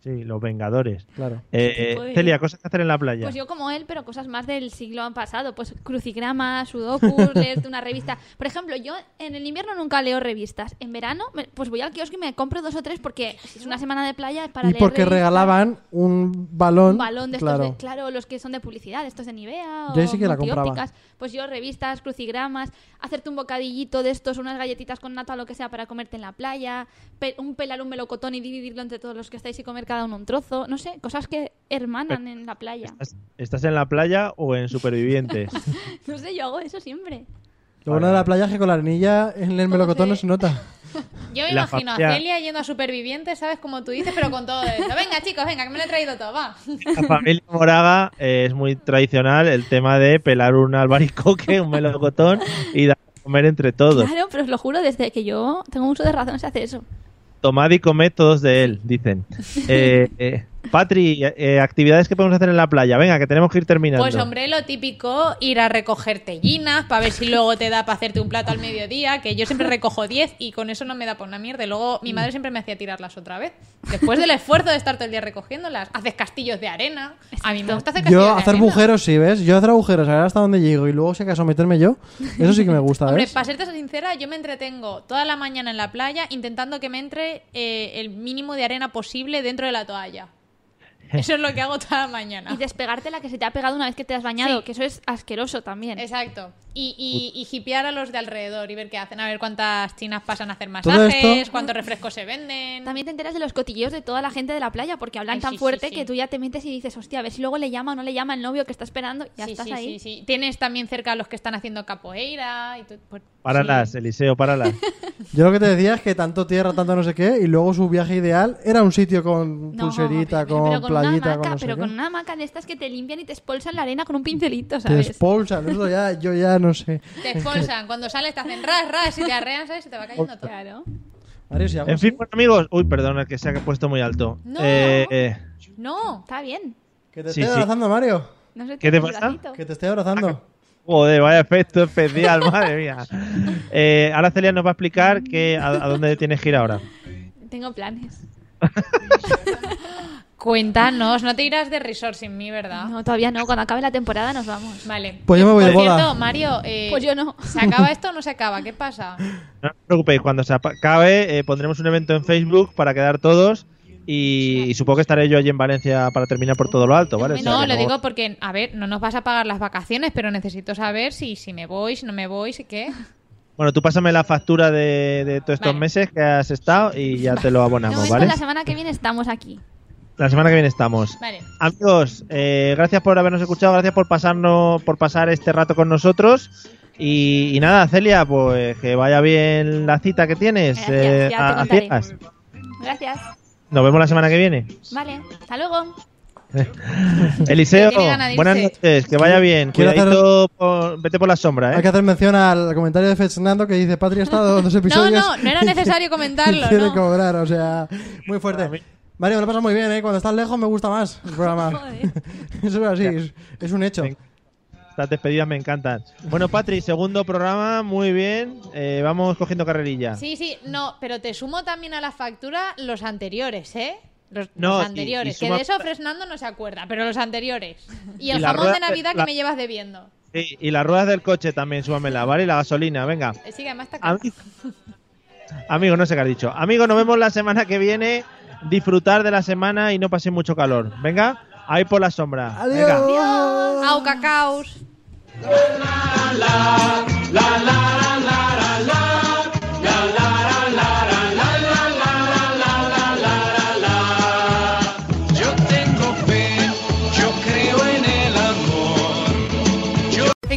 Sí, los Vengadores. claro. Eh, eh, pues, tipo de- Celia, cosas que hacer en la playa. Pues yo como él, pero cosas más del siglo pasado. Pues crucigramas, sudokus, leerte una revista. Por ejemplo, yo en el invierno nunca leo revistas. En verano, me- pues voy al kiosco y me compro dos o tres porque es una semana de playa es para y leer porque revistas. regalaban un balón. un balón de estos claro. de, claro, los que son de publicidad, estos de Nivea o Yo ahí sí que la compraba. multiópticas. Pues yo revistas, crucigramas, hacerte un bocadillito de estos, unas galletitas con nata o lo que sea para comerte en la playa, pe- un pelar un melocotón y dividirlo entre todos los que estáis y comer cada uno un trozo, no sé, cosas que hermanan en la playa. ¿Estás- ¿Estás en la playa o en Supervivientes? No sé, yo hago eso siempre. Lo bueno de la playa es que con la arenilla en el melocotón no se nota. Yo me La imagino familia- a Celia yendo a supervivientes, ¿sabes? Como tú dices, pero con todo esto. Venga, chicos, venga, que me lo he traído todo, va. La familia Moraga eh, es muy tradicional el tema de pelar un albaricoque, un melocotón y dar a comer entre todos. Claro, pero os lo juro, desde que yo tengo uso de razón se hace eso. Tomad y comed todos de él, dicen. Eh, eh, Patri, eh, actividades que podemos hacer en la playa. Venga, que tenemos que ir terminando. Pues hombre, lo típico, ir a recoger tellinas para ver si luego te da para hacerte un plato al mediodía, que yo siempre recojo 10 y con eso no me da por una mierda. Y luego mi madre siempre me hacía tirarlas otra vez. Después del esfuerzo de estar todo el día recogiéndolas, haces castillos de arena. A mí me gusta hacer castillos Yo de hacer arena. agujeros sí, ¿ves? Yo hacer agujeros, a ver hasta dónde llego y luego si acaso meterme yo. Eso sí que me gusta, Hombre, ¿ves? para serte sincera, yo me entretengo toda la mañana en la playa intentando que me entre eh, el mínimo de arena posible dentro de la toalla. Eso es lo que hago toda la mañana. Y despegarte la que se te ha pegado una vez que te has bañado, Ah. Sí. que eso es asqueroso también. Exacto. Y, y, y hipear a los de alrededor y ver qué hacen, a ver cuántas chinas pasan a hacer Todo masajes, esto- cuántos refrescos se venden. También te enteras de los cotilleos de toda la gente de la playa porque hablan Ay, tan sí, sí, fuerte sí. que tú ya te metes y dices, hostia, a ver si luego le llama o no le llama el novio que está esperando y ya Sí, estás sí, ahí. sí, sí. Tienes también cerca a los que están haciendo capoeira y tú- pues, Páralas, eh. sí. Eliseo, páralas. Yo lo que te decía es que tanto tierra, tanto no sé qué, y luego su viaje ideal era un sitio con No, pulserita, pero- pero con, playita, una hamaca, con no sé pero qué. con una hamaca de estas que te limpian y te expulsan la arena con un pincelito, Te ¿sabes? expulsan, eso ya, yo ya no sé. Te expulsan, cuando sales te hacen ras, ras y te arrean, ¿sabes? Y te va cayendo todo. Claro. Mario, si hago En así- fin, bueno, amigos. Uy, perdona, que se ha puesto muy alto. No. Eh, eh, No. Está bien. Que te Sí, estoy sí. abrazando, Mario. No sé, ¿Qué te un pasa? ratito. Que te estoy abrazando. Joder, vaya efecto especial, madre mía. Eh, ahora Celia nos va a explicar que, a, a dónde tienes que ir ahora. Tengo planes. Cuéntanos, no te irás de resort sin mí, ¿verdad? No, todavía no. Cuando acabe la temporada nos vamos. Vale. Pues yo me voy de Por boda. cierto, Mario, eh, Pues yo no. ¿se acaba esto o no se acaba? ¿Qué pasa? No os preocupéis, cuando se apa- acabe eh, pondremos un evento en Facebook para quedar todos y, y supongo que estaré yo allí en Valencia para terminar por todo lo alto, ¿vale? O sea, No, que lo no- digo porque, a ver, no nos vas a pagar las vacaciones, pero necesito saber si, si me voy, si no me voy, si qué. Bueno, tú pásame la factura de, de todos estos Vale. meses que has estado y ya te lo De abonamos, momento, ¿vale? la semana que viene estamos aquí. La semana que viene estamos. Vale. Amigos, eh, gracias por habernos escuchado, gracias por pasarnos, por pasar este rato con nosotros. Y, y nada, Celia, pues que vaya bien la cita que tienes. Gracias, eh, ya te a- a contaré. ciegas. Gracias. Nos vemos la semana que viene. Vale. Hasta luego. Eliseo, Que tiene ganas de buenas irse. noches, que vaya bien. Quiero hacer- Cuidadito, por- vete por la sombra, Hay ¿eh? que hacer mención al comentario de Fernando que dice: Patria ha estado dos No, episodios. no, no era y necesario comentarlo, Quiere ¿no? cobrar, o sea, muy fuerte. Mario, me lo pasa muy bien, ¿eh? Cuando estás lejos me gusta más el programa. Eso es así, es, es un hecho. Venga. Las despedidas me encantan. Bueno, Patri, segundo programa, muy bien. Eh, vamos cogiendo carrerilla. Sí, sí, no, pero te sumo también a la factura los anteriores, ¿eh? Los, No, los y- anteriores. y Que suma- de eso Fresnando no se acuerda, pero los anteriores. Y Y el la jamón rueda- de Navidad que la- me llevas debiendo. Sí, y las ruedas del coche también, súbamela, ¿vale? Y la gasolina, venga. Eh, Sí, que además está... Ami- Amigo, no sé qué has dicho. Amigo, nos vemos la semana que viene. Disfrutar de la semana y no paséis mucho calor. Venga, ahí por la sombra. Venga. Adiós. ¡Au, cacaos! Hey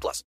plus.